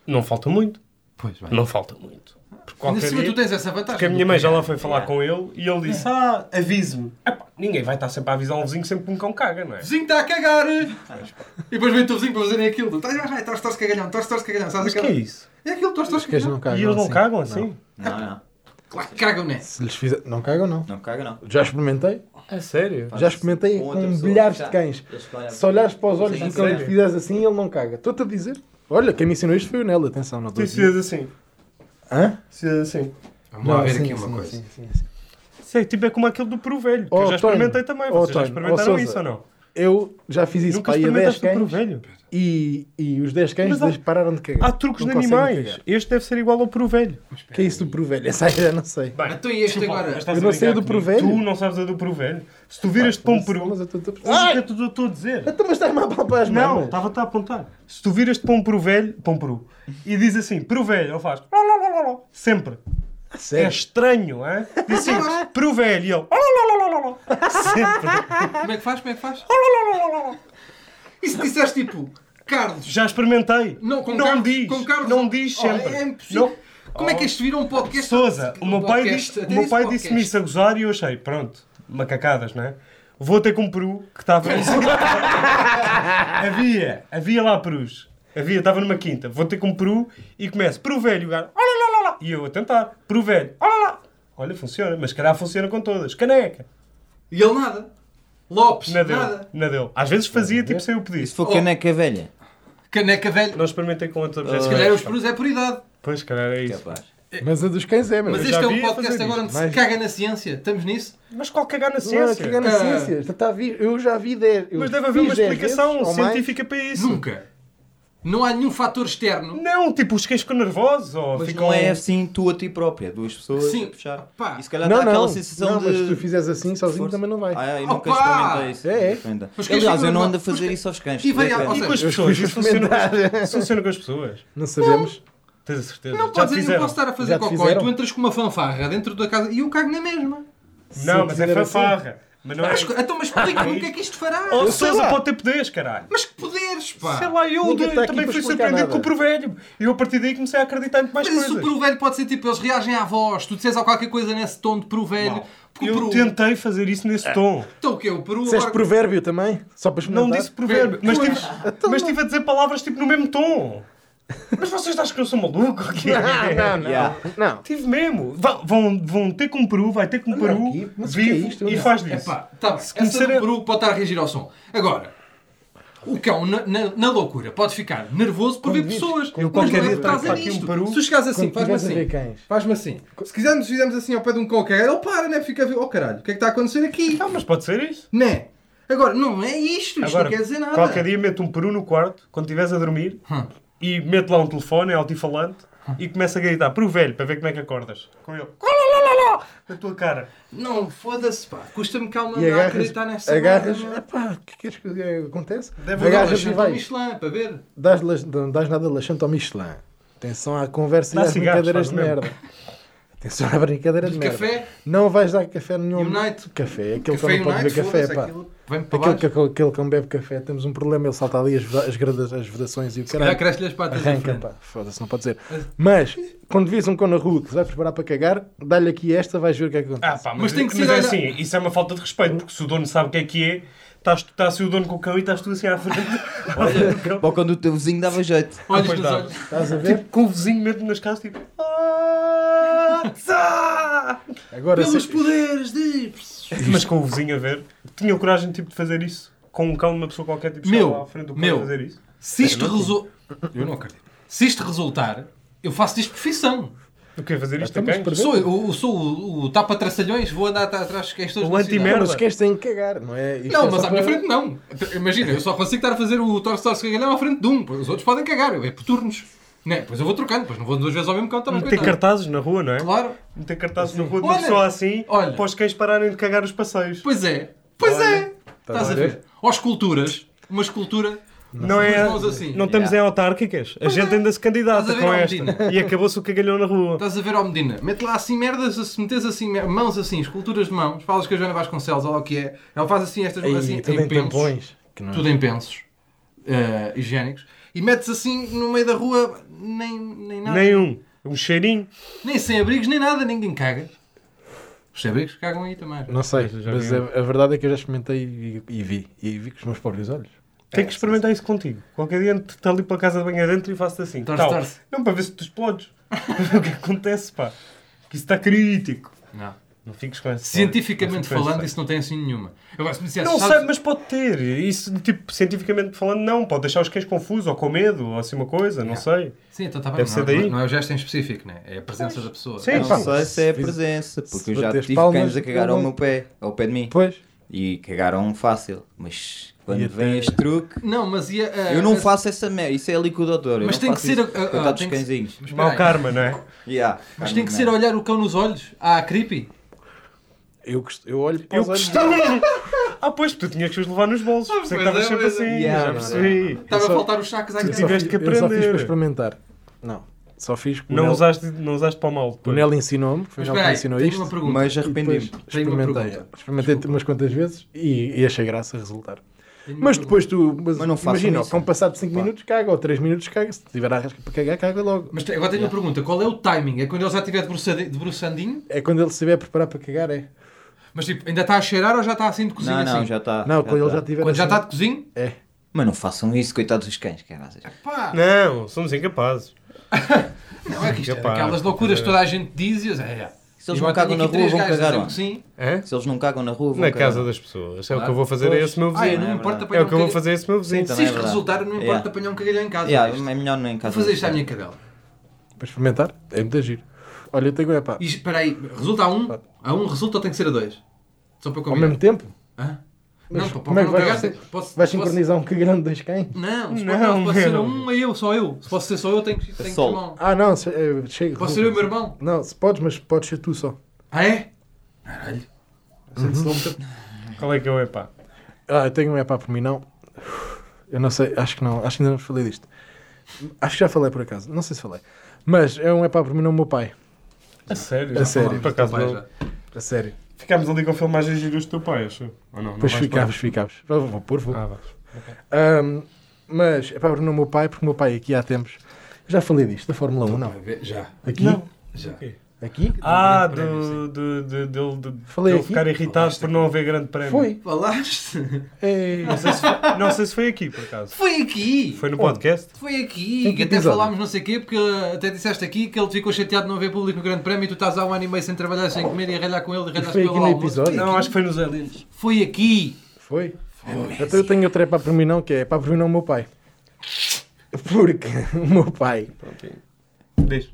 Não falta muito, Pois bem. não falta muito. Porque Ainda qualquer cima dia- tu tens essa vantagem. Porque a do É. minha mãe já cagar. lá foi falar com ele e ele disse: Ah, avise-me. É. Epá, Ninguém vai estar sempre a avisar um vizinho sempre que um cão caga, não é? O vizinho está a cagar! E depois vem o teu vizinho para fazerem aquilo. Vai, vai, vai, torce, torce, cagalhão, torce, torce, cagalhão. Sabes Mas que aquela... é isso? É aquilo, torce, torce, Que eles cagalhão. não cagam. E eles não assim. cagam assim? Não, não. Claro que cagam, né? Se lhes fizer... Não cagam, não. Não caga, não. Já experimentei? É sério? Já experimentei Com outra com pessoa. bilhares de Já. cães. Eles olham- Se olhares para os olhos Sim, do cão e sério. fizeres assim, ele não caga. Estou-te a dizer. Olha, quem me ensinou isto foi o Nelo. Atenção, não Tu estou a dizer. decides assim. Hã? Decides assim. Vamos lá Não, ver sim, aqui uma sim, coisa. sim, sim, sim. Isso é tipo é como aquele do peru velho, que Oh, eu já experimentei Tony. também. Oh, Vocês já Tony. experimentaram Oh, Sousa. isso ou não? Eu já fiz isso Nunca para aí a 10 experimentaste um cães provelho. e, e os 10 cães Mas há- des- pararam de cagar. Há truques Não de conseguem animais. cagar. Este deve ser igual ao provelho. que é isso do provelho? Essa aí eu não sei. Bem, Então e este desculpa, agora? mas estás Eu a não sei brincar a do comigo. provelho. Tu não sabes a do provelho. Se tu viras de pão um peru... Mas eu estou- estou- Ai! O que eu estou a dizer? Então, mas estás-me a palpar as Não, tá mamas. estava-te a apontar. Se tu viras de pão peru velho, pão peru, e diz assim, peru velho, ele faz... Sempre. É Sério? estranho, hein? Diz <laughs> assim, peru velho, e ele... Sempre. Como é que faz? Como é que faz? E se disseste tipo, Carlos? Já experimentei. Não, com não Carlos, diz. com Carlos. Não diz Oh, sempre. é impossível. Não. Como é que este virou um podcast? Sousa, o Um meu pai podcast. disse- o Até meu disse pai podcast. disse-me isso a gozar e eu achei, pronto, macacadas, não é? Vou ter com um peru <laughs> que estava. havia, havia lá perus. Havia, estava numa quinta. Vou ter com um peru e começo, peru velho, o gajo, olha lá, lá, lá. E eu a tentar, peru velho, olha lá. Olha, funciona, mas se calhar funciona com todas. Caneca. E ele nada. Lopes, Nadeu, nada. nadeu. Às vezes fazia tipo sem eu pedir. Se for Oh. caneca velha. Caneca velha. Não experimentei com outros objetos. Se calhar os perus é por idade. Pois, se calhar é isso. Capaz. Mas a dos cães é, meu. Mas Eu este é já vi um a podcast fazer agora isto, onde mas- se caga na ciência. Estamos nisso? Mas qual cagar é na Não, é ciência? Ah. cagar na Cara. ciência. Já está tá a vir- Eu já vi 10. eu Mas deve haver fiz uma 10 explicação é vezes ou mais. científica para isso. Nunca. Não há nenhum fator externo. Não, tipo, os cães ficam nervosos ou Mas ficam... não é assim tu a ti própria, duas pessoas Sim. a puxar. Pá. E se calhar Não, dá não. aquela sensação não, de. mas se tu fizeres assim sozinho força. também não vai. Ah, eu nunca Opa! experimentei isso. É, é. Ainda. Os cães Aliás, ficam eu não nervosos. ando a fazer Os isso aos cães. E vai- Depende. ou E com as Eu pessoas? fui Isso funciona, com as- experimentar. isso funciona com as pessoas? Não sabemos. Tens a certeza? Não Já podes te dizer, eu fizeram? posso estar a fazer Já te cocó e fizeram? tu entras com uma fanfarra dentro da casa e eu cago na mesma. Não, mas Se eu é fizer fanfarra. Mas não é... Mas, então, mas explica-me o que é que isto fará. Oh, sei Sousa lá. pode ter poderes, caralho. Mas que poderes, pá. Sei lá, eu Nunca de- tá aqui também para explicar fui surpreendido nada. com o provérbio. E eu a partir daí comecei a acreditar em muito mais Mas o coisas. provelho pode ser tipo, eles reagem à voz. Tu disseres ou qualquer coisa nesse tom de provelho. Não. Porque o Eu peru- tentei fazer isso nesse tom. Então o quê? O peru Disseste agora... provérbio também? Só para Não experimentar? disse provérbio, mas Pois. tive, Então mas tive a dizer palavras tipo no mesmo tom. Mas vocês acham que eu <laughs> sou maluco? ou quê? Não, não, Yeah. não. Tive mesmo. Va- Vão, vão ter com um peru, vai ter com um peru aqui, mas o que é vivo isto? e Não. faz disso. Epá, tá bem. Se Essa do começar a- peru pode estar a reagir ao som. Agora, o cão na, na- na loucura pode ficar nervoso por ver pessoas. Eu mas qualquer não é dia por trago causa aqui um disto. peru. Se tu chegares assim, Quando faz-me tiveres a assim. ver cães. Fazme assim. Se quisermos, fizemos assim ao pé de um cão que é, ele para, né? Fica a ver, oh caralho, o que é que está a acontecer aqui? Ah, mas pode ser isso. Né? Agora, não é isto, isto Agora, não quer dizer nada. qualquer dia meto um peru no quarto, quando estiveres a dormir, Hum. e meto lá um telefone, é altifalante, e começo a gritar peru velho, para ver como é que acordas. Com ele. Na tua cara. Não, foda-se, pá. Custa-me calma E a agarras, acreditar nessa agarras, merda, meu. epá, o que queres que acontece? Deve Agora, Agarras e chama-te ao vais. Michelin, para ver. Dás, las- não dás nada laxante ao Michelin. Atenção à conversa e Dá às cigarros, brincadeiras de faz o mesmo. merda. Atenção à brincadeira de De merda. café? Não vais dar café a nenhum. Unite. Café. Aquele Café que não pode Unite, beber café, foda-se, pá. aquilo. Vem-me para Aquele baixo. que, aquele, aquele que não bebe café, temos um problema, ele salta ali as, veda- as gradas, as vedações e o Já caralho. cresce-lhe as patas da Arranca, frente. pá. Foda-se, não pode ser. Mas, quando vês um cão na rua que se vai preparar para cagar, dá-lhe aqui esta, vais ver o que é que acontece. Ah, pá, mas, Mas tem que mas ser é olhar- assim, isso é uma falta de respeito, porque se o dono sabe o que é que é, estás, está assim o dono com o cão e estás tu assim à frente. <laughs> Olha, o cão. Ou quando o teu vizinho dava jeito. Olhos Pois nos dá. olhos. Estás a ver? com o vizinho mesmo nas casas, tipo. "Ah, tsá!" Agora Pelos se- poderes de... Mas com o vizinho a ver, tinha coragem tipo, de fazer isso com um cão de uma pessoa qualquer, tipo, Meu, chegar lá à frente do cão meu. e fazer isso. Se isto resol... Eu não acredito. Se isto resultar, eu faço disto profissão. O que é Ah, fazer isto a Então, mas quem? por- Sou, eu, eu sou o, o tapa-traçalhões, vou andar atrás das questões O da anti-merda. cidade. Não, mas os cães têm que cagar, não é? Isto Não, é só mas à minha para- frente não. Imagina, eu só consigo estar a fazer o torce torce cagalhão à frente de um. Os outros podem cagar, é por turnos. Né? Pois eu vou trocando, depois não vou duas vezes ao mesmo canto também. Meter coitado. cartazes na rua, não é? Claro. Meter cartazes na rua de Olha, uma pessoa assim olha. para os cães pararem de cagar os passeios. Pois é. Pois é. Estás a a ver? Ou esculturas. Uma escultura. Não, é, Mas vamos assim. é. não estamos em autárquicas. A gente ainda se candidata Estás a Então, ver, com ó, esta. Medina? E acabou-se o cagalhão na rua. Estás a ver, ó Medina, mete lá assim merdas, se metes assim mer- mãos assim, esculturas de mãos, falas que a Joana Vasconcelos, olha o que é, ela faz assim estas Ei, mãos assim, tudo em pensos. tampões. Que não... tudo em pensos eh, higiênicos, e metes assim no meio da rua, nem, nem nada, nem, Nenhum. Um cheirinho. É, sem abrigos, nem nada, ninguém caga. Os sem abrigos cagam aí também. Não sei, Já mas vi. a, a verdade é que eu já experimentei e, e vi. E vi com os meus próprios olhos. Tenho que experimentar isso contigo. Qualquer dia está ali pela casa de banho adentro e faço-te assim. Torce, Tal. torce. Não, para ver se tu explodes. <laughs> Para ver o que acontece, pá. Que isso está crítico. Não. Não fiques com essa. Cientificamente Não fiques com falando, essa. isso não tem assim nenhuma. Agora, se me dissesse, Não sabes- sei, mas pode ter. Isso, tipo, cientificamente falando, não. Pode deixar os cães confusos ou com medo ou assim uma coisa, não sei. Sim, então está bem, Deve não, ser é- daí. não é o gesto em específico, né? é a presença da pessoa. Sim. Não pá, sei se é a se fiz- presença, porque se eu já bateres tive palmas, cães a cagar ao não- meu pé, ao pé de mim. Pois, E cagaram fácil. Mas E quando até- vem este truque. Não, mas ia. Eu não faço essa merda, isso é ali com o doutor. eu Mas não tem que faço ser isso. a- a- a- Coitado dos tem que- cãezinhos. Mas, Mau karma, não é? Yeah. mas tem que ser a olhar o cão nos olhos. Ah, creepy. Eu, gost- eu olho para Eu os olhos. gostava. <laughs> Ah, pois, tu tinhas que os levar nos bolsos. Por isso é que pois é, estavas sempre pois é. assim. Yeah, já não, percebi. Estava a só- faltar os sacos à Eu cara. só tiveste fiz- que Eu só fiz aprender. para experimentar. Não. Só fiz porque Não o, Nel, usaste, não usaste para o mal. o depois. Nel ensinou-me, foi o Nel Mas que me peraí, ensinou tenho isto. uma pergunta. Mas e depois arrependi-me. Tenho uma Experimentei. pergunta. Experimentei umas quantas vezes e, e achei graça a resultar. Tenho uma Mas pergunta. depois tu. Mas, Mas não façam imagina, isso. com o passado de 5 minutos caga, ou 3 minutos caga. Se tiver a rasca para cagar, caga logo. Mas te- agora tenho uma pergunta: qual é o timing? É quando ele já estiver debruçadi- debruçandinho? É quando ele se estiver a preparar para cagar, é? Mas tipo, ainda está a cheirar ou já está assim de cozinha? Não, não, assim? já está. Não, quando ele já tá. estiver. Quando já assim- está de cozinho? Mas não façam isso, coitados dos cães, é caralho. Pá! Não, somos incapazes. Não é que isto é Capaz. aquelas loucuras que toda a gente diz e eu- é, é. Se eles Igual não cagam tenho na aqui rua, três vão gajos a cagar dizer onde? sim. Hã? Se eles não cagam na rua, vão Na cagar casa onde? das pessoas. É o Claro. que eu vou fazer a esse meu Ah, eu vizinho. não me é importo verdade. apanhar É o que eu um vou cagalhão. fazer a esse meu vizinho. Sim, Se também é isto verdade. resultar, eu não me importo Yeah. apanhar um cagalhão em casa. Yeah, Isto. é melhor nem em casa. Vou fazer dos isto à cães. minha cadela. Para experimentar, é muito giro. Olha, eu tenho é pá. E espera aí, resulta a um? A um resulta ou tem que ser a dois? Só para eu Ao combinar. mesmo tempo, Hã? Mas Não, pô, como é que para não vai cagar, ser? vais posso- posso- sincronizar um cagalhão de dois cães? Não, se Não, não, pode ser a meu. um a eu, só eu. Se posso ser só eu, tenho que tenho que ser Sol. um. Ah, não, se- eh, chega. Posso ser eu e o meu irmão? Não, se podes, mas podes ser tu só. Ah, é? Caralho. Sempre se dá um tempo. Qual é que é o epá? Ah, eu tenho um epá por mim, não. Eu não sei, acho que não, acho que ainda não falei disto. Acho que já falei por acaso, não sei se falei. Mas é um epá por mim, não, meu pai. A sério? A Não, sério. Por acaso Vai não. já. A sério. Ficámos ali com filmagens giras do teu pai, acho. Ou não? não Depois vais ficámos, ficámos. Vou, vou pôr, vou. para- Ah, vá. Ahm, mas é para o meu pai, porque o meu pai aqui há tempos. Já falei disto, da Fórmula 1, não. Vai ver, É, Já, Aqui? Não. já. Aqui? Ah, Grande prémio, do, do, do, dele- de- Falei dele aqui? ficar irritado por não haver grande prémio. Foi. Falaste? Ei. Não sei, se foi, não sei se foi aqui, por acaso. Foi aqui! Foi no Onde? podcast? Foi Em aqui, que que até episódio? falámos não sei o quê, porque uh, até disseste aqui que ele ficou chateado de não haver público no Grande Prémio e tu estás há um ano e meio sem trabalhar, sem comer e a ralhar com ele e E ralhaste foi com aqui ele no ao almoço. episódio? Não, acho que foi nos aliens. Foi aqui! Foi? Até eu tenho outra epá por mim, não, que é epá por mim, não, meu pai. Porque <laughs> o meu pai. Diz.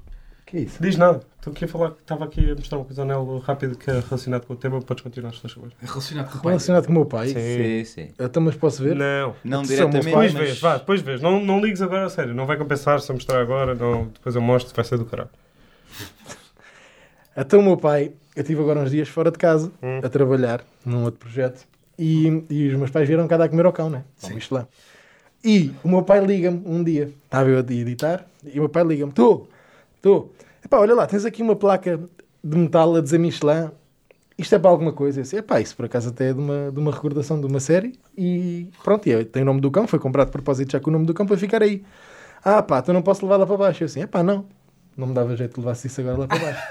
Que é isso? Diz nada. Estou aqui a falar, estava aqui a mostrar uma coisa ao Nelo rápido que é relacionado com o tema. Podes continuar, se faz favor. É Relacionado com o pai. Relacionado com o meu pai. Sim, sim. Então, mas posso ver? Não. Não São meus diretamente, pais, Depois mas... vês, vá, depois vês. Não, não ligues agora a sério. Não vai compensar se eu mostrar agora. Não, depois eu mostro, vai ser do caralho. Até Então, o meu pai, eu estive agora uns dias fora de casa Hum. a trabalhar num outro projeto e, e os meus pais vieram cá dar a comer ao cão, né? Ao Michelin. E o meu pai liga-me um dia, estava eu a editar, e o meu pai liga-me: Tu, tu, epá, olha lá, tens aqui uma placa de metal a dizer Michelin, isto é para alguma coisa? Eu disse: Epá, isso por acaso até é de uma, de uma recordação de uma série e pronto, e eu- tem o nome do cão, foi comprado de propósito já com o nome do cão para ficar aí. Ah, pá, então não posso levar lá para baixo. Eu assim: Epá, não, não me dava jeito de levar isso agora lá para baixo.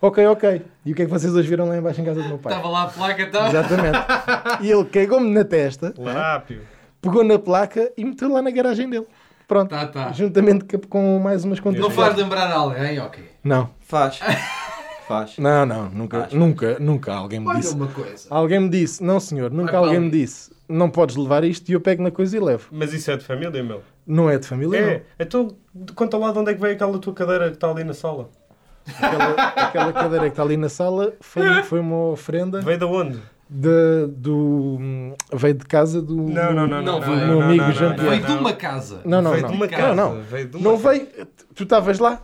Ok, ok. E o que é que vocês hoje viram lá embaixo em casa do meu pai? Estava lá a placa, tá? estava. Exatamente. E ele cagou-me na testa, Larápio. pegou na placa e meteu lá na garagem dele. Pronto. Tá, tá. Juntamente cap- com mais umas contas. Não faz lembrar alguém, ok. Não, Faz. Faz. não, não, nunca, Faz. nunca, nunca alguém me Olha disse. uma coisa. Alguém me disse, não senhor, nunca Vai para alguém me ali. disse, não podes levar isto e eu pego na coisa e levo. Mas isso é de família, meu. Não é de família, É. Então, conta lá de onde é que veio aquela tua cadeira que está ali na sala. não. Aquela, aquela cadeira que está ali na sala foi, foi uma ofrenda Veio de onde? de, do. hum, veio de casa do. Não, não, Não, não. Não, foi. não, Meu não, amigo não, Jean-Pierre. não, Foi de não. uma casa. Não, não, Veio não. de uma não, casa. não. Veio de uma Não veio. Tu estavas lá.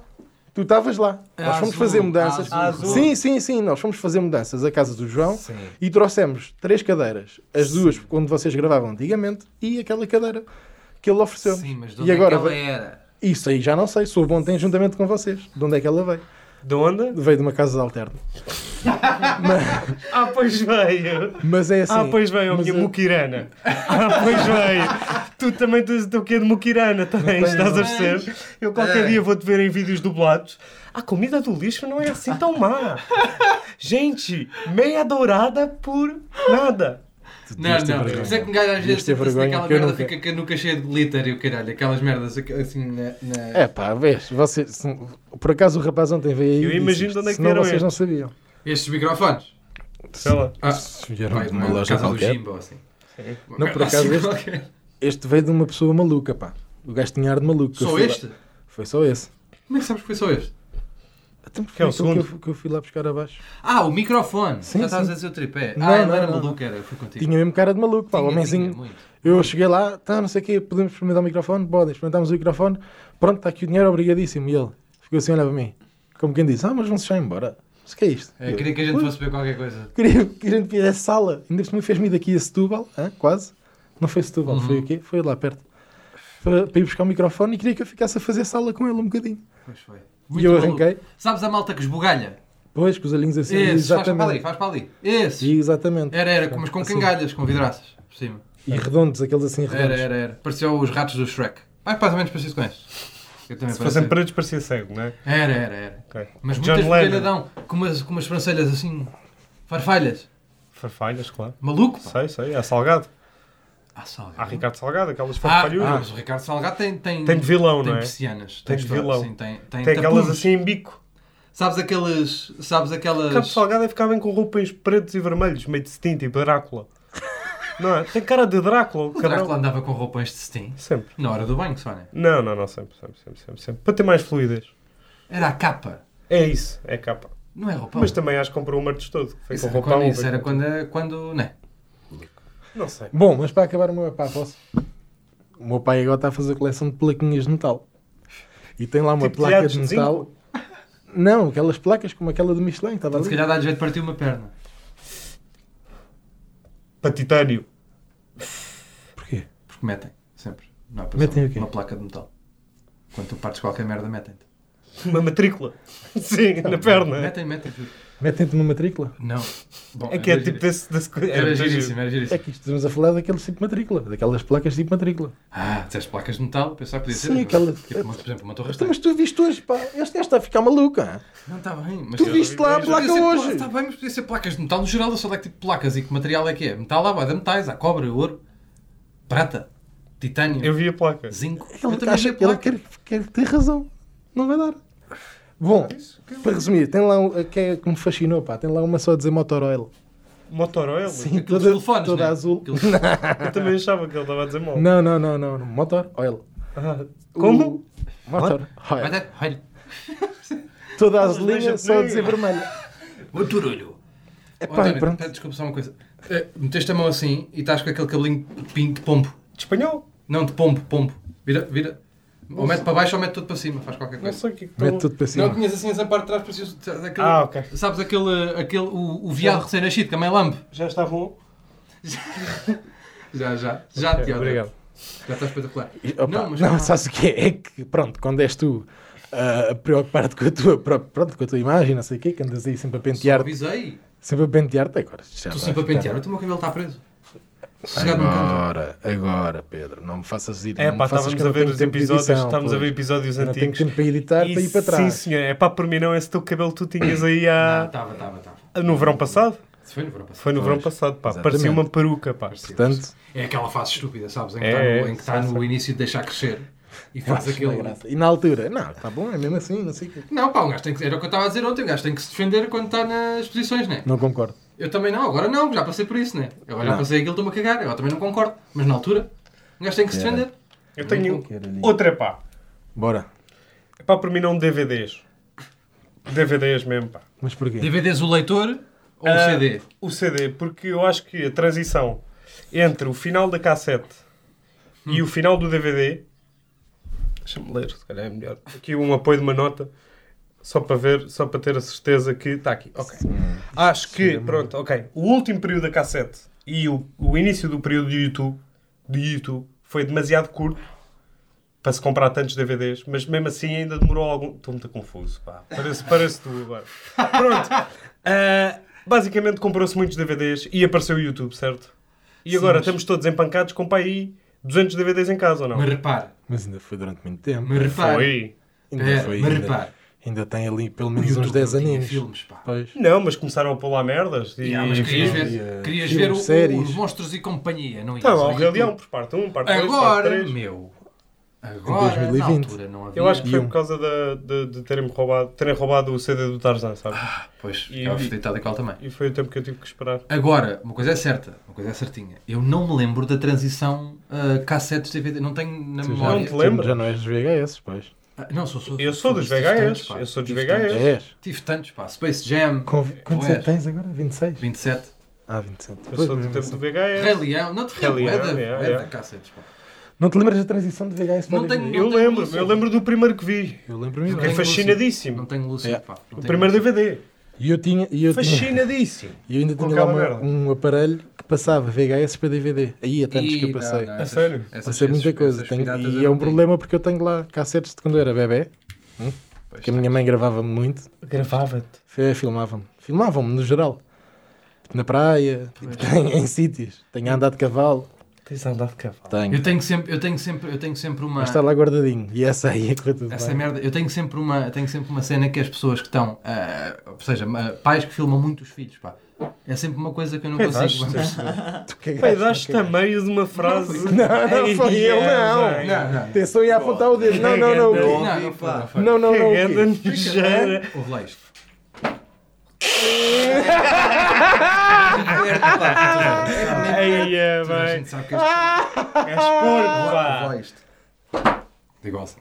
Tu estavas lá. É nós fomos azul, É fazer mudanças. azul. Sim, sim, sim. Nós fomos fazer mudanças à casa do João e trouxemos três cadeiras. As duas quando vocês gravavam antigamente e aquela cadeira que ele ofereceu. Sim, mas de e onde agora é que ela veio- era? Isso aí já não sei. Soube ontem juntamente com vocês. De onde é que ela veio? De onde? Veio de uma casa alterna. Ah, pois veio. Mas é assim. ah, pois veio, a mas minha eu- muquirana. Ah, pois veio. Tu também tens o teu quê de muquirana, tens, estás a perceber? Eu qualquer dia vou-te ver em vídeos dublados. A comida do lixo não é assim tão má. Gente, meia dourada por nada. ter Não, não, vergonha. por isso é que um gajo às Devias vezes ter senta-se vergonha, naquela que eu merda, nunca- fica com a nuca cheia de glitter e o caralho, aquelas merdas assim na. na- É pá, vês, vocês, se- por acaso o rapaz ontem veio aí. e Eu disse imagino isto, de onde é que senão vieram vocês estes. não sabiam. Estes microfones. Sei lá. Ah, Vieram vai, de uma uma loja casa do qualquer. Jimbo, assim. Uma Não, merda por acaso assim este- qualquer. Este veio de uma pessoa maluca, pá. O gajo tinha ar de maluco. Eu Só fui lá- este? Foi só esse. Como é que sabes que foi só este? Então, Que é o foi aquilo Que segundo. eu, que eu fui lá buscar abaixo. Ah, o microfone. Sim, Já estavas sim. a dizer o tripé. Não, ah, ele não, era não. maluco, era. Fui contigo. Tinha mesmo cara de maluco, pá, o Tinha, homenzinho. tinha, muito. Eu cheguei lá, tá, não sei o quê, podemos experimentar o microfone? Podem, experimentámos o microfone, pronto, está aqui o dinheiro, obrigadíssimo. E ele ficou assim, olha para mim, como quem diz, ah, mas vão-se já embora. Mas o que é isto? É, Eu, queria que a gente "Ui, fosse ver qualquer coisa. Queria que a gente fizesse sala. Ainda por cima fez-me ir daqui a Setúbal, hã? quase. Não foi Setúbal, foi Uhum. o quê? Foi lá perto. Para, para ir buscar o microfone e queria que eu ficasse a fazer sala com ele um bocadinho. Pois foi. e eu maluco. arranquei, Sabes a malta que esbugalha? pois, com os olhinhos assim. Esses, faz para ali, exatamente. faz para ali. Esses. Exatamente. Era, era, mas com Assim. cangalhas, com vidraças por cima. E redondos, aqueles assim Era, redondos. era, era. Parecia os ratos do Shrek. Mais mais ou menos parecido com estes. Eu também Se fossem parecia. paredes, parecia cego, não é? Era, era, era. Ok. Mas John muitas Lennon. bugalhadão, com umas, com umas sobrancelhas assim, farfalhas. Farfalhas, claro. Maluco, pá. Sei, sei. Há Salgado. Ah, Salgado. Há Ricardo Salgado, aquelas Ah, ah, farfalhuras. mas o Ricardo Salgado tem... Tem, Tem de vilão, tem não é? persianas. Tem de história, vilão. Sim, tem, tem, Tem aquelas tapumes. assim em bico. Sabes aquelas... Sabes Ricardo aquelas... Salgado é ficar bem com roupas pretos e vermelhos, meio de cetim, <laughs> tipo Drácula. Não é? Tem cara de Drácula, o O cabrão. Drácula andava com roupões de cetim. Sempre. Na hora do banho, né? Sónia. Não, não, não, sempre, sempre, sempre, sempre, sempre. Para ter mais fluidez. Era a capa. É isso, é capa. Não é roupão. Mas também acho que comprou o Martes todo. Foi Isso com era roupão. quando- isso foi era com- quando... quando né? Não sei. Bom, mas para acabar o meu pá, posso? O meu pai agora está a fazer coleção de plaquinhas de metal. E tem lá uma Tipo placa telhados de de metal. Não, aquelas placas como aquela do Michelin que estava Tá Então, se ali. calhar dá jeito de partir uma perna. Para titânio. Porquê? Porque metem, sempre. Não há pressão. Metem o quê? Uma placa de metal. Quando tu partes qualquer merda, metem-te. Uma matrícula. <laughs> Sim, na perna. Metem, metem. Metem-te numa matrícula. Não. Bom, É que é era tipo giro. desse... desse... é Era muito giro. giríssimo, era É giríssimo. que isto estamos a falar daquele tipo de matrícula, daquelas placas tipo matrícula. Ah, disseste placas de metal, pensava que podia ser. Sim, aquela- Tipo, uma- por exemplo, uma torre Então, estranha. mas tu viste hoje, pá, este gajo está a ficar maluco. hã? Não, está bem. Mas Tu viste lá a placa hoje. Está tá bem, mas podia ser placas de metal. No geral, eu só leio que tipo de placas e que material é que é. Metal, há bué de metais, há cobre, ouro, prata, titânio, Eu vi a placa. zinco. Eu Ele, também acha, vi a ele placa. quer, quer ter razão. Não vai dar. Bom, para resumir, tem lá um, que, é, que me fascinou, pá, tem lá uma só a dizer Motorola. Motorola? Sim, Aqueles toda, telefones, toda né? azul. Aqueles- Eu também achava que ele estava a dizer mal. Não, não, não, não. Motor oil. Ah, Como? Motor Vai oil. dar- Olha, Toda Eles azulinha, deixam só a bem. dizer vermelha. o turulho. É Oh, pá, e António, pronto. pera, Desculpa só uma coisa. Eh, meteste a mão assim e estás com aquele cabelinho de pinto de pombo. De espanhol? Não, de pombo, pombo. Vira, vira. Ou mete para baixo ou mete tudo para cima, faz qualquer Não coisa. sei o que é que Mete estou- tudo para Não cima. tinhas assim essa parte de trás, preciso. sabes aquele- Ah, ok. Sabes aquele. aquele o, o viado recém-nascido que a mãe lambe? Já está bom? Já, já. Já, Ok, Tiago. obrigado. Já está espetacular. E, opa, não, mas. não, sabes o que é? É que, pronto, quando és tu ah, a preocupar-te com a tua própria, pronto, com a tua imagem, não sei o quê, que andas aí sempre a Só pentear-te, avisei. sempre a pentear-te é agora. Tu sempre a pentear. O teu meu cabelo está preso. Chegado num canto. Agora, agora, Pedro, não me faças ir. É não pá, me faças estávamos que eu a não ver tenho os tempo de episódios, edição, estávamos a ver pois. episódios Eu Não tenho antigos. tempo para editar, para ir para trás. Sim, senhor. É pá, por mim não é esse teu cabelo que tu tinhas aí Ah, há... estava, estava, estava. no verão passado. Se foi no verão passado. Foi no verão passado, pá. exatamente. Parecia uma peruca, pá. Portanto, É aquela fase estúpida, sabes? Em que É, está no, é, em que tá sim, no início de deixar crescer e eu faz acho uma aquele. graça. E na altura, não, está bom, é mesmo assim, não sei o quê. Não, pá, um gajo tem que. Era o que eu estava a dizer ontem, um gajo tem que se defender quando está nas posições, né? Não concordo. Eu também não, agora não, já passei por isso, né? Agora já passei aquilo, estou-me a cagar, agora também não concordo. Mas na altura, um gajo tem que se defender. Eu tenho outra, é pá. Bora. É pá, por mim não DVDs. DVDs mesmo, pá. Mas porquê? DVDs o leitor ou o Ah, CD? O CD, porque eu acho que a transição entre o final da cassete e o final do DVD. Hum. Deixa-me ler, se calhar é melhor. Aqui um apoio de uma nota, só para ver, só para ter a certeza que está aqui. Ok. Acho que, pronto, ok. O último período da cassete e o, o início do período do YouTube, do YouTube foi demasiado curto para se comprar tantos DVDs, mas mesmo assim ainda demorou algum. Estou muito confuso, pá. Parece, parece tu agora. Pronto. <laughs> Ah, basicamente comprou-se muitos DVDs e apareceu o YouTube, certo? E agora estamos todos empancados com pai aí 200 DVDs em casa ou não? Me repare, Mas ainda foi durante muito tempo. me repare. Foi. Ainda Pera, foi. mas ainda, repare. ainda tem ali pelo O menos YouTube uns 10 não tinha aninhos. filmes, pá. Pois. Não, mas começaram a pôr lá merdas. E... Ah, mas querias filmes, ver, eh, querias filmes, ver o, séries. os monstros e companhia, não ia Então, ao Rei Leão, por parte 1, parte 2, parte é Agora, 3. meu. Agora, na 2020. altura, não havia. Eu acho que foi E um. por causa da- de, de terem roubado, terem roubado o CD do Tarzan, sabe? Pois, é E- eu acredito tal e qual também. E foi o tempo que eu tive que esperar. Agora, uma coisa é certa, uma coisa é certinha. Eu não me lembro da transição ah, cassetes DVD, não tenho na Tu já- é memória. Não te lembras? Já não és dos VHS, pois. Ah, Não, sou, sou, Eu sou dos tive tantos, VHS. pá. Eu sou dos Tive tantos. VHS. És. Tive tantos, pá. Space Jam. Com, quantos é Oeste. que tens agora? 26? 27. Ah, 27. Eu Pois, sou do mas tempo do Rei VHS. Leão. Não te Rei lembro. Leão, é, É da é. cacetes, pá. Não te lembras da transição de VHS para Não tenho- DVD? Eu lembro, eu lembro do primeiro que vi. Eu lembro-me. Não Fiquei tenho fascinadíssimo. Não tenho lúcido, É. pá. Não O tenho primeiro lúcido. DVD. E eu tinha. E eu, tinha, Fascinadíssimo. e eu ainda tinha Com lá aquela uma- merda. um aparelho que passava VHS para DVD. Aí há tantos que eu Ih, não, passei. não, A essas- sério? essas- Passei muita essas- coisa. essas Tenho- piratas eu e é não um tenho. problema porque eu tenho lá cassetes de quando eu era bebê, Pois que a minha mãe gravava-me muito. Gravava-te. Fe- Filmavam-me. Filmavam-me, no geral. Tipo, Na praia, tipo, <laughs> em, em sítios. Tenho a andar de cavalo. Tens a andar de cavalo. Tenho. Eu tenho sempre, eu tenho sempre, eu tenho sempre uma. Mas está lá guardadinho. E essa aí é que foi tudo Essa bem. merda, eu tenho sempre uma, eu tenho sempre uma cena que as pessoas que estão, ah, ou seja, ah, pais que filmam muito os filhos, pá. É sempre uma coisa que eu não consigo. Tu cagaste, Peidaste não a cagaste. meio de uma frase. Não, não foi Ei, eu, não. é, Não, não. <laughs> Atenção, ia apontar o dedo. Não, não, não. o quê? Não, não foi, não né? foi. Não, não, não. o Cagada quê? nojeira. Ouve lá isto. Ei, é, Toda a bem. Ah! gente sabe que este- é um És porco, Ouve pá. lá isto. Digo assim.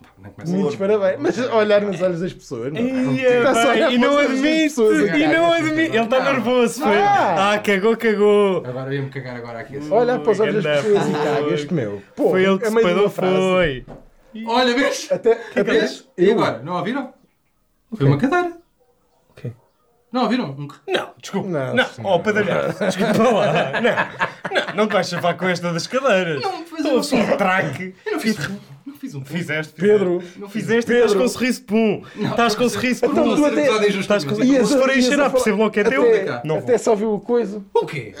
Pá, Não começa Muitos parabéns. Mas olhar nos olhos das pessoas, não. Ei, Tá só a é, bem. E não apontar as admite. pessoas a E não admite. Ele está nervoso, foi. Ah, cagou, cagou. Agora eu ia-me cagar agora aqui. assim. Olhar para os olhos das Ui, pessoas e ganda cagas, foi. meu. Pô, Foi ele que a se meio de uma peidou, frase. foi. Olha, vês? Até, até Vês? E eu, agora? Não ouviram? Foi uma cadeira. Ok. Não ouviram? Um c- Não, desculpa. Não, Não, senhor. oh, padalhão. <laughs> Desculpa lá. Não, não, não te vais chafar com esta das cadeiras. Não, mas eu não Estou um <laughs> traque. Eu não fiz um. Não fiz um. Fizeste, fizeste. Pedro. Não fiz Fizeste e estás com um sorriso pum. Estás com um sorriso pum. Então tu Esse até- episódio é justo Estás com comigo. Ias Se for a- ias a enxerar, falar- percebo logo que é teu. Até, Não até vou. só viu o coisa. O quê?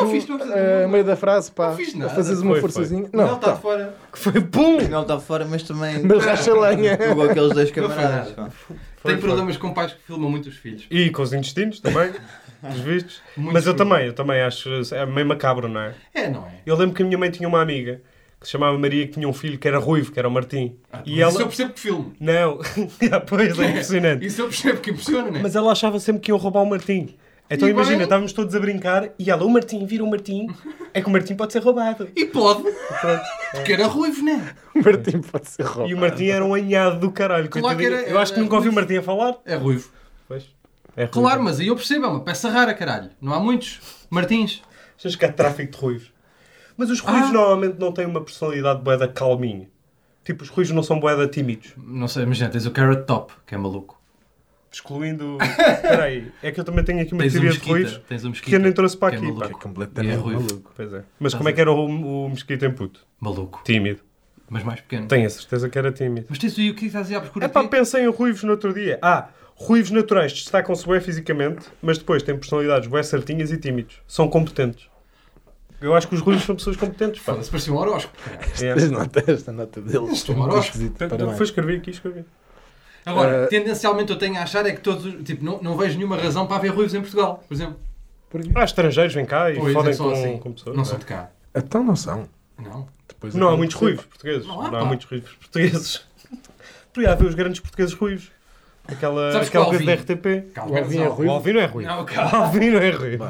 Não fiz, não Eh, a meio da frase, pá. Não fiz nada. Fazes uma Foi, forçazinha. eh, Não, Não, está tá. de fora. Que foi pum. Não está tá fora, mas também. Mas racha a lenha. Pegou aqueles dois Não foi camaradas. nada. pá. Tenho problemas com pais que filmam muito os filhos. E com os intestinos também. Os vistos. Muito Mas eu cruel. também, eu também acho. É meio macabro, não é? É, não é? Eu lembro que a minha mãe tinha uma amiga que se chamava Maria que tinha um filho que era ruivo, que era o Martim. E E Ah, Isso eu ela. percebo que filme. Não, <laughs> Ah, pois é impressionante. Isso eu percebo que impressiona, não é? Mas ela achava sempre que iam roubar o Martim. Então E bem? imagina, estávamos todos a brincar e ela, o Martim, vira o Martim, é que o Martim pode ser roubado. E pode. Porque era ruivo, não é? O Martim pode ser roubado. E o Martim era um anhado do caralho. Claro que coitadinho. era- eu acho que era nunca ouvi o ruivo. Martim a falar. É ruivo. Pois. É ruivo. Claro, mas aí eu percebo. É uma peça rara, caralho. Não há muitos. Martins. Achas que há tráfico de ruivos? Mas os ruivos Ah. normalmente não têm uma personalidade boeda calminha. Tipo, os ruivos não são boeda tímidos. Não sei, imagina, tens o Carrot Top, que é maluco. <laughs> Excluindo. Espera aí. É que eu também tenho aqui uma Tens um teoria de mosquito. ruivos Tens um que eu mosquito. nem trouxe para que é aqui. pá. maluco. completamente E é ruivo. maluco. Pois é. Mas como é que era o, o mosquito em puto? Maluco. Tímido. Mas mais pequeno. Tenho a certeza que era tímido. Mas tens o que estás aí à procura É pá, de quê? pensei em ruivos no outro dia. Ah, ruivos naturais destacam-se bem fisicamente, mas depois têm personalidades bem certinhas e tímidos. São competentes. Eu acho que os ruivos são pessoas competentes, pá. Foda-se, parecia um horóscopo, caralho. É. Esta nota, esta nota deles. Isto é um horóscopo. Esquisito, parabéns. Foi escrevi aqui, escrevi. Agora, Eh, tendencialmente eu tenho a achar é que todos, os- tipo, não, não vejo nenhuma razão para haver ruivos em Portugal, por exemplo. Há estrangeiros, vêm cá e Pois, fodem é só com, assim. com pessoas. não é? são de cá. Então não são. Não. Depois Não há eu- muitos ruivos portugueses. Não Não há, há, pá. muitos ruivos portugueses. <laughs> Porque há ver os grandes portugueses ruivos. Aquela, Sabes que aquela o coisa da Alvin- RTP. Calvin Alvin é ruivo? O Alvino é <laughs> ruivo. Não, O calma. Alvino é ruivo.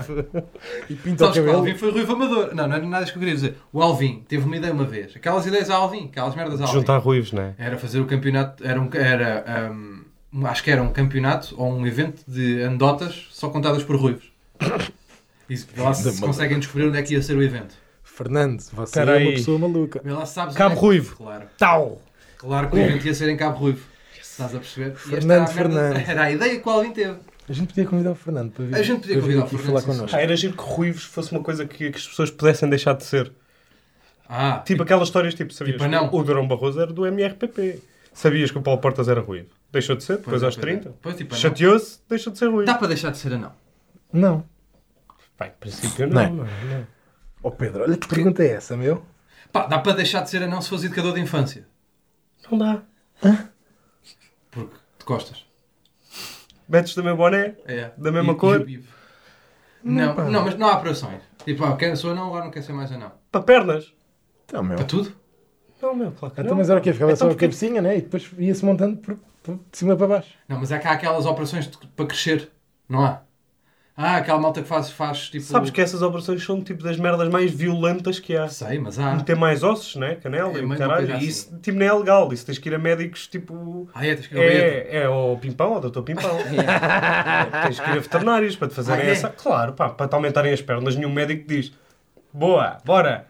E pinta o Sabes que o cabelo. Alvin foi ruivo amador. Não, não era nada disso que eu queria dizer. O Alvin teve uma ideia uma vez. Aquelas ideias a Alvin, aquelas merdas a Alvin. Juntar ruivos, não é? Era fazer o campeonato, era, um, era hum, um- acho que era um campeonato ou um evento de anedotas só contadas por ruivos. Isso, lá se se conseguem descobrir onde é que ia ser o evento. Fernando, você é Peraí. uma pessoa maluca. Vê Lá se sabes Cabo onde é- Ruivo. Claro. Tal! Claro que o evento ia ser em Cabo Ruivo. Estás a perceber? E esta Fernando era a merda- Fernandes. Era a ideia que o Alvin teve. A gente podia convidar o Fernando para vir. A gente para podia vir convidar o aqui Fernando, falar connosco. Ah, era giro que ruivos fosse uma coisa que, que as pessoas pudessem deixar de ser. Ah, Tipo aquelas histórias tipo, sabias Tipo, não. que o Durão Barroso era do MRPP. Sabias que o Paulo Portas era ruivo. Deixou de ser, depois é, aos pois é. 30. Pois, tipo, não. Chateou-se, deixou de ser ruivo. dá para deixar de ser anão. Não. Pá, em princípio Não é? não, não, é? não. Ó Oh, Pedro, olha que pergunta é essa, meu? Pá, dá para deixar de ser anão se fores educador de infância. Não dá. Porque te costas. Metes também boné. É. Da mesma cor? o bife. Não, não, mas não há operações. Tipo, ah, quero, sou anão, agora não quero ser mais anão. Para pernas. Então, meu. Para tudo? Não, meu, claro que Então, não. mas era o quê? Ficava Então, só a porque- cabecinha, né? E depois ia-se montando por- por- de cima para baixo. Não, mas é que há aquelas operações de- para crescer. Não há? Ah, aquela malta que faz, faz tipo. Sabes que é essas operações são tipo das merdas mais violentas que há. Sei, mas há. Meter mais ossos, né? Canela É, e o mas uma caralho. coisa E assim. isso tipo, não é legal. Isso tens que ir a médicos tipo. Ah, é, tens que ir ao médico. É, é o Pimpão, ou <laughs> doutor Pimpão. Tens que ir a veterinários para te fazerem Ah, é? essa. Claro, pá, para te aumentarem as pernas, nenhum médico te diz: Boa, bora,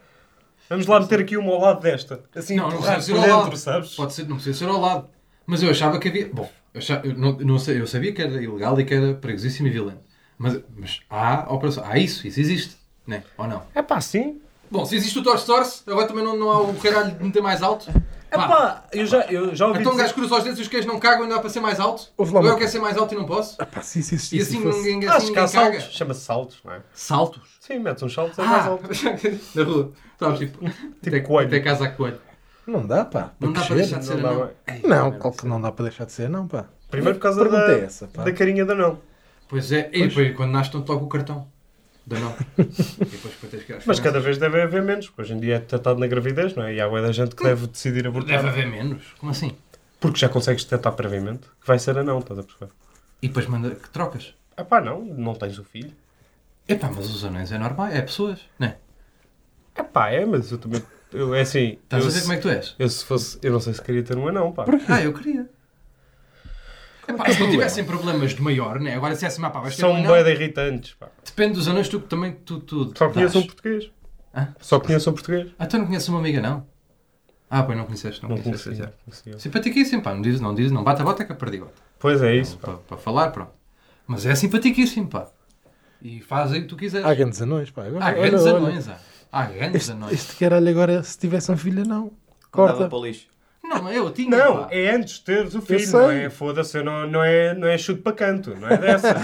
vamos lá meter aqui uma ao lado desta. Assim, Não, não empurrar precisa ser por ao dentro, lado. sabes? Pode ser, não precisa ser ao lado. Mas eu achava que havia. Bom, eu, acha- eu não, não sei- eu sabia que era ilegal e que era perigosíssimo e violento. Mas, mas há operação. Há isso, isso existe. Né? Ou não? É pá, sim. Bom, se existe o torce-torce, agora também não, não há o caralho de meter mais alto. É Pá, pá, eu já, eu já ouvi. Então um dizer- gajo cruza os dedos e os queijos não cagam e não dá para ser mais alto. Ouve lá uma Agora coisa. eu quero ser mais alto e não posso. Pá, se isso E existisse, assim fosse- ninguém, Acho assim que há ninguém Ah, saltos. caga. Chama-se saltos, não é? Saltos? Sim, metes uns saltos, é mais Ah, alto. <laughs> na rua. Sabes, tipo, até, coelho. Tipo até casa a coelho. Não dá, pá. Não dá para crescer. deixar de ser assim. não dá anão. bem. Ei, Não, merda. claro que não dá para deixar de ser, não, pá. Primeiro por causa Pergunta da, é essa, pá. da carinha da não. Pois é, e depois quando nasce, não toca o cartão. Da <laughs> não. e depois para teres que ir às Mas cada finanças. vez deve haver menos. porque Hoje em dia é tratado na gravidez, não é? E há bué da gente que deve decidir abortar. Hum. Deve haver menos. Como assim? Porque já consegues detectar previamente que vai ser anão, estás a perceber? E depois manda que trocas. Ah pá, não, não tens o filho. Epá, mas os anões é normal, é pessoas, né? Ah pá, é, mas eu também... Eu, é assim, eu, Estás a ver se- como é que tu és? eu se fosse... Eu não sei se queria ter um anão, pá. Ah, eu queria. Epá, se não tivessem problemas de maior, né? Agora se é assim, pá, vais ter São um anão. bué de irritantes, pá. Depende dos anões, tu que também tu, tu Só conheço dás. um português. Hã? Só conheço um português. Ah, tu não conheces uma amiga, não? Ah, pois não conheces, não, Não conheces. conhecia. é. conhecia. Simpatiquíssimo, pá, não diz, não diz, não bate a bota que eu perdi bota. Pois é isso, pá. Para, para falar, pronto. Mas é simpatiquíssimo, pá. E faz aí o que tu quiseres. Há grandes anões, pá. Agora, Há olha, grandes olha. anões, há. Há grandes Este, anões. este caralho agora, se tivesse um filho, não. Corta. Corta. para o lixo. Não, eu tinha. Não, pá. <laughs> é antes de teres o filho, sei. não é? Foda-se, eu não, não, é, não é chute para canto, não <laughs> é dessa.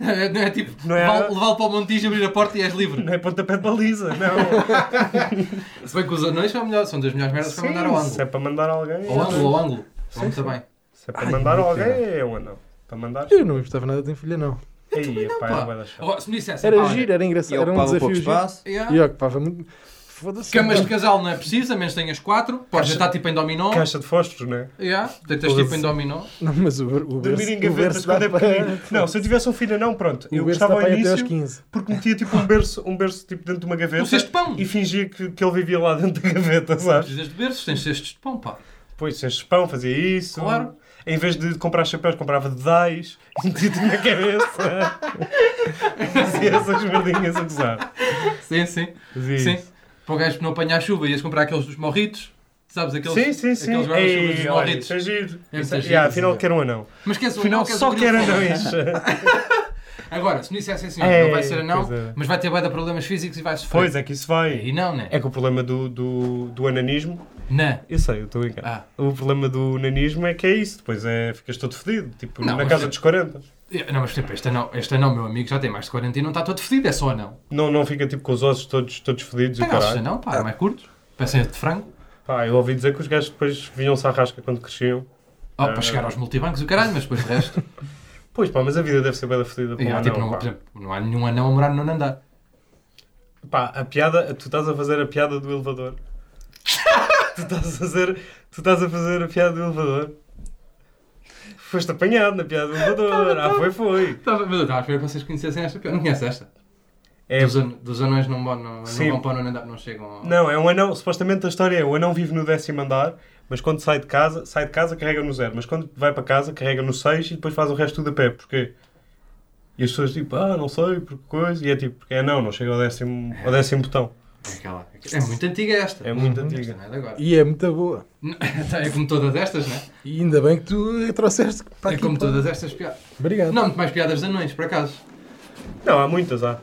Não é tipo, Não é- levá- levá-lo para o Montijo, abrir a porta e és livre. não é pontapé de baliza, não. Se bem que os anões são, melhor, são das melhores merdas para mandar ao se é ângulo. para mandar alguém, Ao é ângulo, ao ângulo. Vão muito bem. Se é para mandar alguém, é um anão. Para mandar. Eu não me importava nada de ter um filho, não. Aí, pá, é Pá, bué da chata. agora, Oh, se me dissessem, Era pá, olha, giro, era E engraçado. Era um ocupava desafio pouco giro. espaço. yeah, E ocupava muito. Foda-se. Camas de casal não é preciso, a menos tenhas quatro. Podes já estar tipo em dominó. Caixa de fósforos, não é? Yeah, deitas tipo em dominó. Não, mas o, o Dormir berço, em o gavetas berço dá quando é pequenino. <laughs> para... Não, se eu tivesse um filho não, pronto. Eu o berço dá gostava ao para ir até aos início 15. porque metia tipo um berço, um berço tipo dentro de uma gaveta Um cesto de pão. e fingia que, que ele vivia lá dentro da gaveta, <laughs> sabes? Precisas de berços, tens cestos de pão, pá. Pois, cestos de pão, fazia isso. Claro. Em vez de comprar chapéus, comprava dedais <laughs> e metia-te na <laughs> cabeça. fazia essas merdinhas a gozar. Sim, sim. Fazia Sim. isso. Para o gajo não apanhar chuva, ias comprar aqueles dos morritos. Sabes aqueles, Sim, sim, sim. aqueles guarda-chuvas dos Ei, olha, morritos. isso é giro. É muito Isso é- giro, yeah, isso Afinal, é. quero um anão. Mas queres um Afinal, anão, queres só um quero grilo? anões. <laughs> Agora, se me dissessem assim, É, não vai ser anão, pois é. mas vai ter bué de problemas físicos e vai sofrer. Pois é que isso vai. E não, né? É que o problema do, do, do ananismo. Não. Eu sei, eu estou brincando. Ah. O problema do nanismo é que é isso, depois é, ficas todo fedido, tipo Não, na mas- casa dos 40. Não, mas tipo, este anão, este anão, meu amigo, já tem mais de 40 e não está todo fedido, é só anão. Não, não fica tipo com os ossos todos, todos fedidos e o Tem ossos né? de caralho. anão, pá, é mais curto. Parecem de frango. Pá, eu ouvi dizer que os gajos depois vinham-se à rasca quando cresciam. Oh, É. para chegar aos multibancos e o caralho, mas depois o resto. <laughs> Pois pá, mas a vida deve ser bem da fedida para E um há, tipo, anão, não, pá. por exemplo, não há nenhum anão a morar no nono andar. Pá, a piada, tu estás a fazer a piada <laughs> do elevador. tu, estás a fazer, tu estás a fazer a piada do elevador. Foste apanhado na <laughs> piada do Tá, elevador. ah, foi, foi. Estava, mas eu estava a esperar que vocês conhecessem esta piada. Não conhece esta? É, Dos, an- dos anões não, mo- não, não Sim. vão para o nono andar, não chegam ao... Não, é um anão. Supostamente a história é o anão vive no décimo andar, mas quando sai de casa, sai de casa, carrega no zero. Mas quando vai para casa, carrega no 6 e depois faz o resto tudo a pé. Porquê? E as pessoas tipo, ah, não sei, porque coisa. E é tipo, porque é não, não chega ao décimo, ao décimo botão. É, aquela- é muito antiga esta. É muito Esta antiga. não é de agora. E é muito boa. <laughs> é como todas estas, né? E ainda bem que tu a trouxeste para é aqui. como pá. todas estas piadas. Obrigado. Não, muito mais piadas de anões, por acaso. Não, há muitas, há.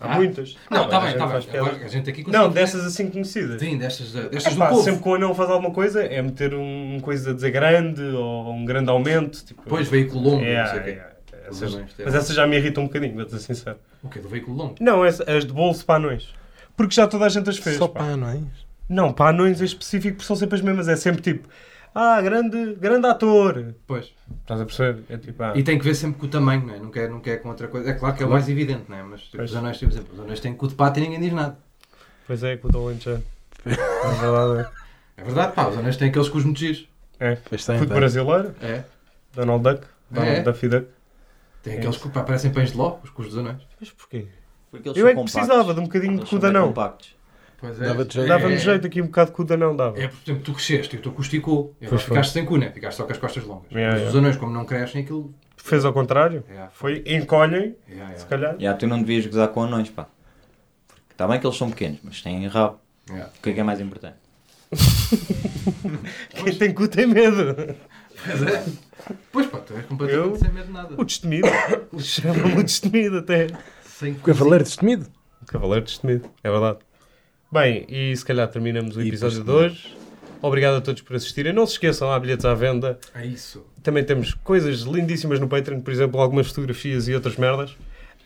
Há Há? muitas. Ah. Não, está a bem, gente está faz bem. piadas. Agora a gente aqui é Não, consegue- dessas assim conhecidas. Sim, destas, destas do Pá, povo. sempre que o anão faz alguma coisa, é meter um, coisa a dizer grande ou um grande aumento. Tipo, Depois veículo longo, é, um, não sei o é, quê. é. Essas- anões têm- mas essas já me irritam um bocadinho, vou ser sincero. O quê? Do veículo longo? Não, as, as de bolso para anões. Porque já toda a gente as fez. Só pá. pá, não é? Não, para anões em específico, porque são sempre as mesmas. É sempre tipo, ah, grande, grande ator. Pois. Estás a perceber? É tipo, ah, E tem que ver sempre com o tamanho, não é? Nunca é, nunca é com outra coisa. É claro que é o mais evidente, não é? Mas tipo, Pois. os anões, tipo, por exemplo, os anões têm cu de pato e ninguém diz nada. pois é, que o Dom Lancha. É verdade. É verdade, pá, os anões têm aqueles cus muito giros. É. Pois tem, Futebol tem. brasileiro, É. Donald Duck, Donald É. Duffy Duck. Tem aqueles que pá, parecem pães de ló, os cujos dos anões. Mas porquê? Porque eles Eu são é que compactos. precisava de um bocadinho de Eles são cu de bem anão. compactos. Pois é. Dava-te jeito. Dava-me É- jeito aqui um bocado de cu de anão, dava. É porque, por exemplo, tu cresceste, eu estou com o esticou. E agora Pois foi. ficaste sem cu, né? Ficaste só com as costas longas. Yeah, Mas yeah. os anões, como não crescem, aquilo. Fez ao contrário. Yeah. Foi, encolhem, Yeah, yeah. se calhar. Já, tu não devias gozar com anões, pá. Porque está bem que eles são pequenos, mas têm rabo. Yeah. O que é que é mais importante? Quem tem cu tem medo. <laughs> Pois é. Pois pá, tu és completamente Eu? sem medo de nada. O destemido. Chama-me o destemido até. Sem O cavaleiro destemido. O cavaleiro destemido, é verdade. Bem, e se calhar terminamos o episódio de hoje. Obrigado a todos por assistirem. Não se esqueçam, há bilhetes à venda. É isso. Também temos coisas lindíssimas no Patreon, por exemplo, algumas fotografias e outras merdas.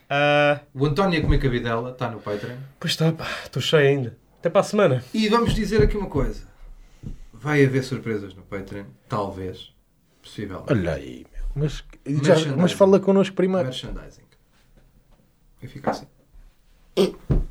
Ah, O António a comer cabidela está no Patreon. pois está, pá, estou cheio ainda. Até para a semana. E vamos dizer aqui uma coisa: vai haver surpresas no Patreon? Talvez. Possivelmente. Olha aí, meu. Mas, já- Merchandising. mas fala connosco primeiro. Merchandising. E fica assim.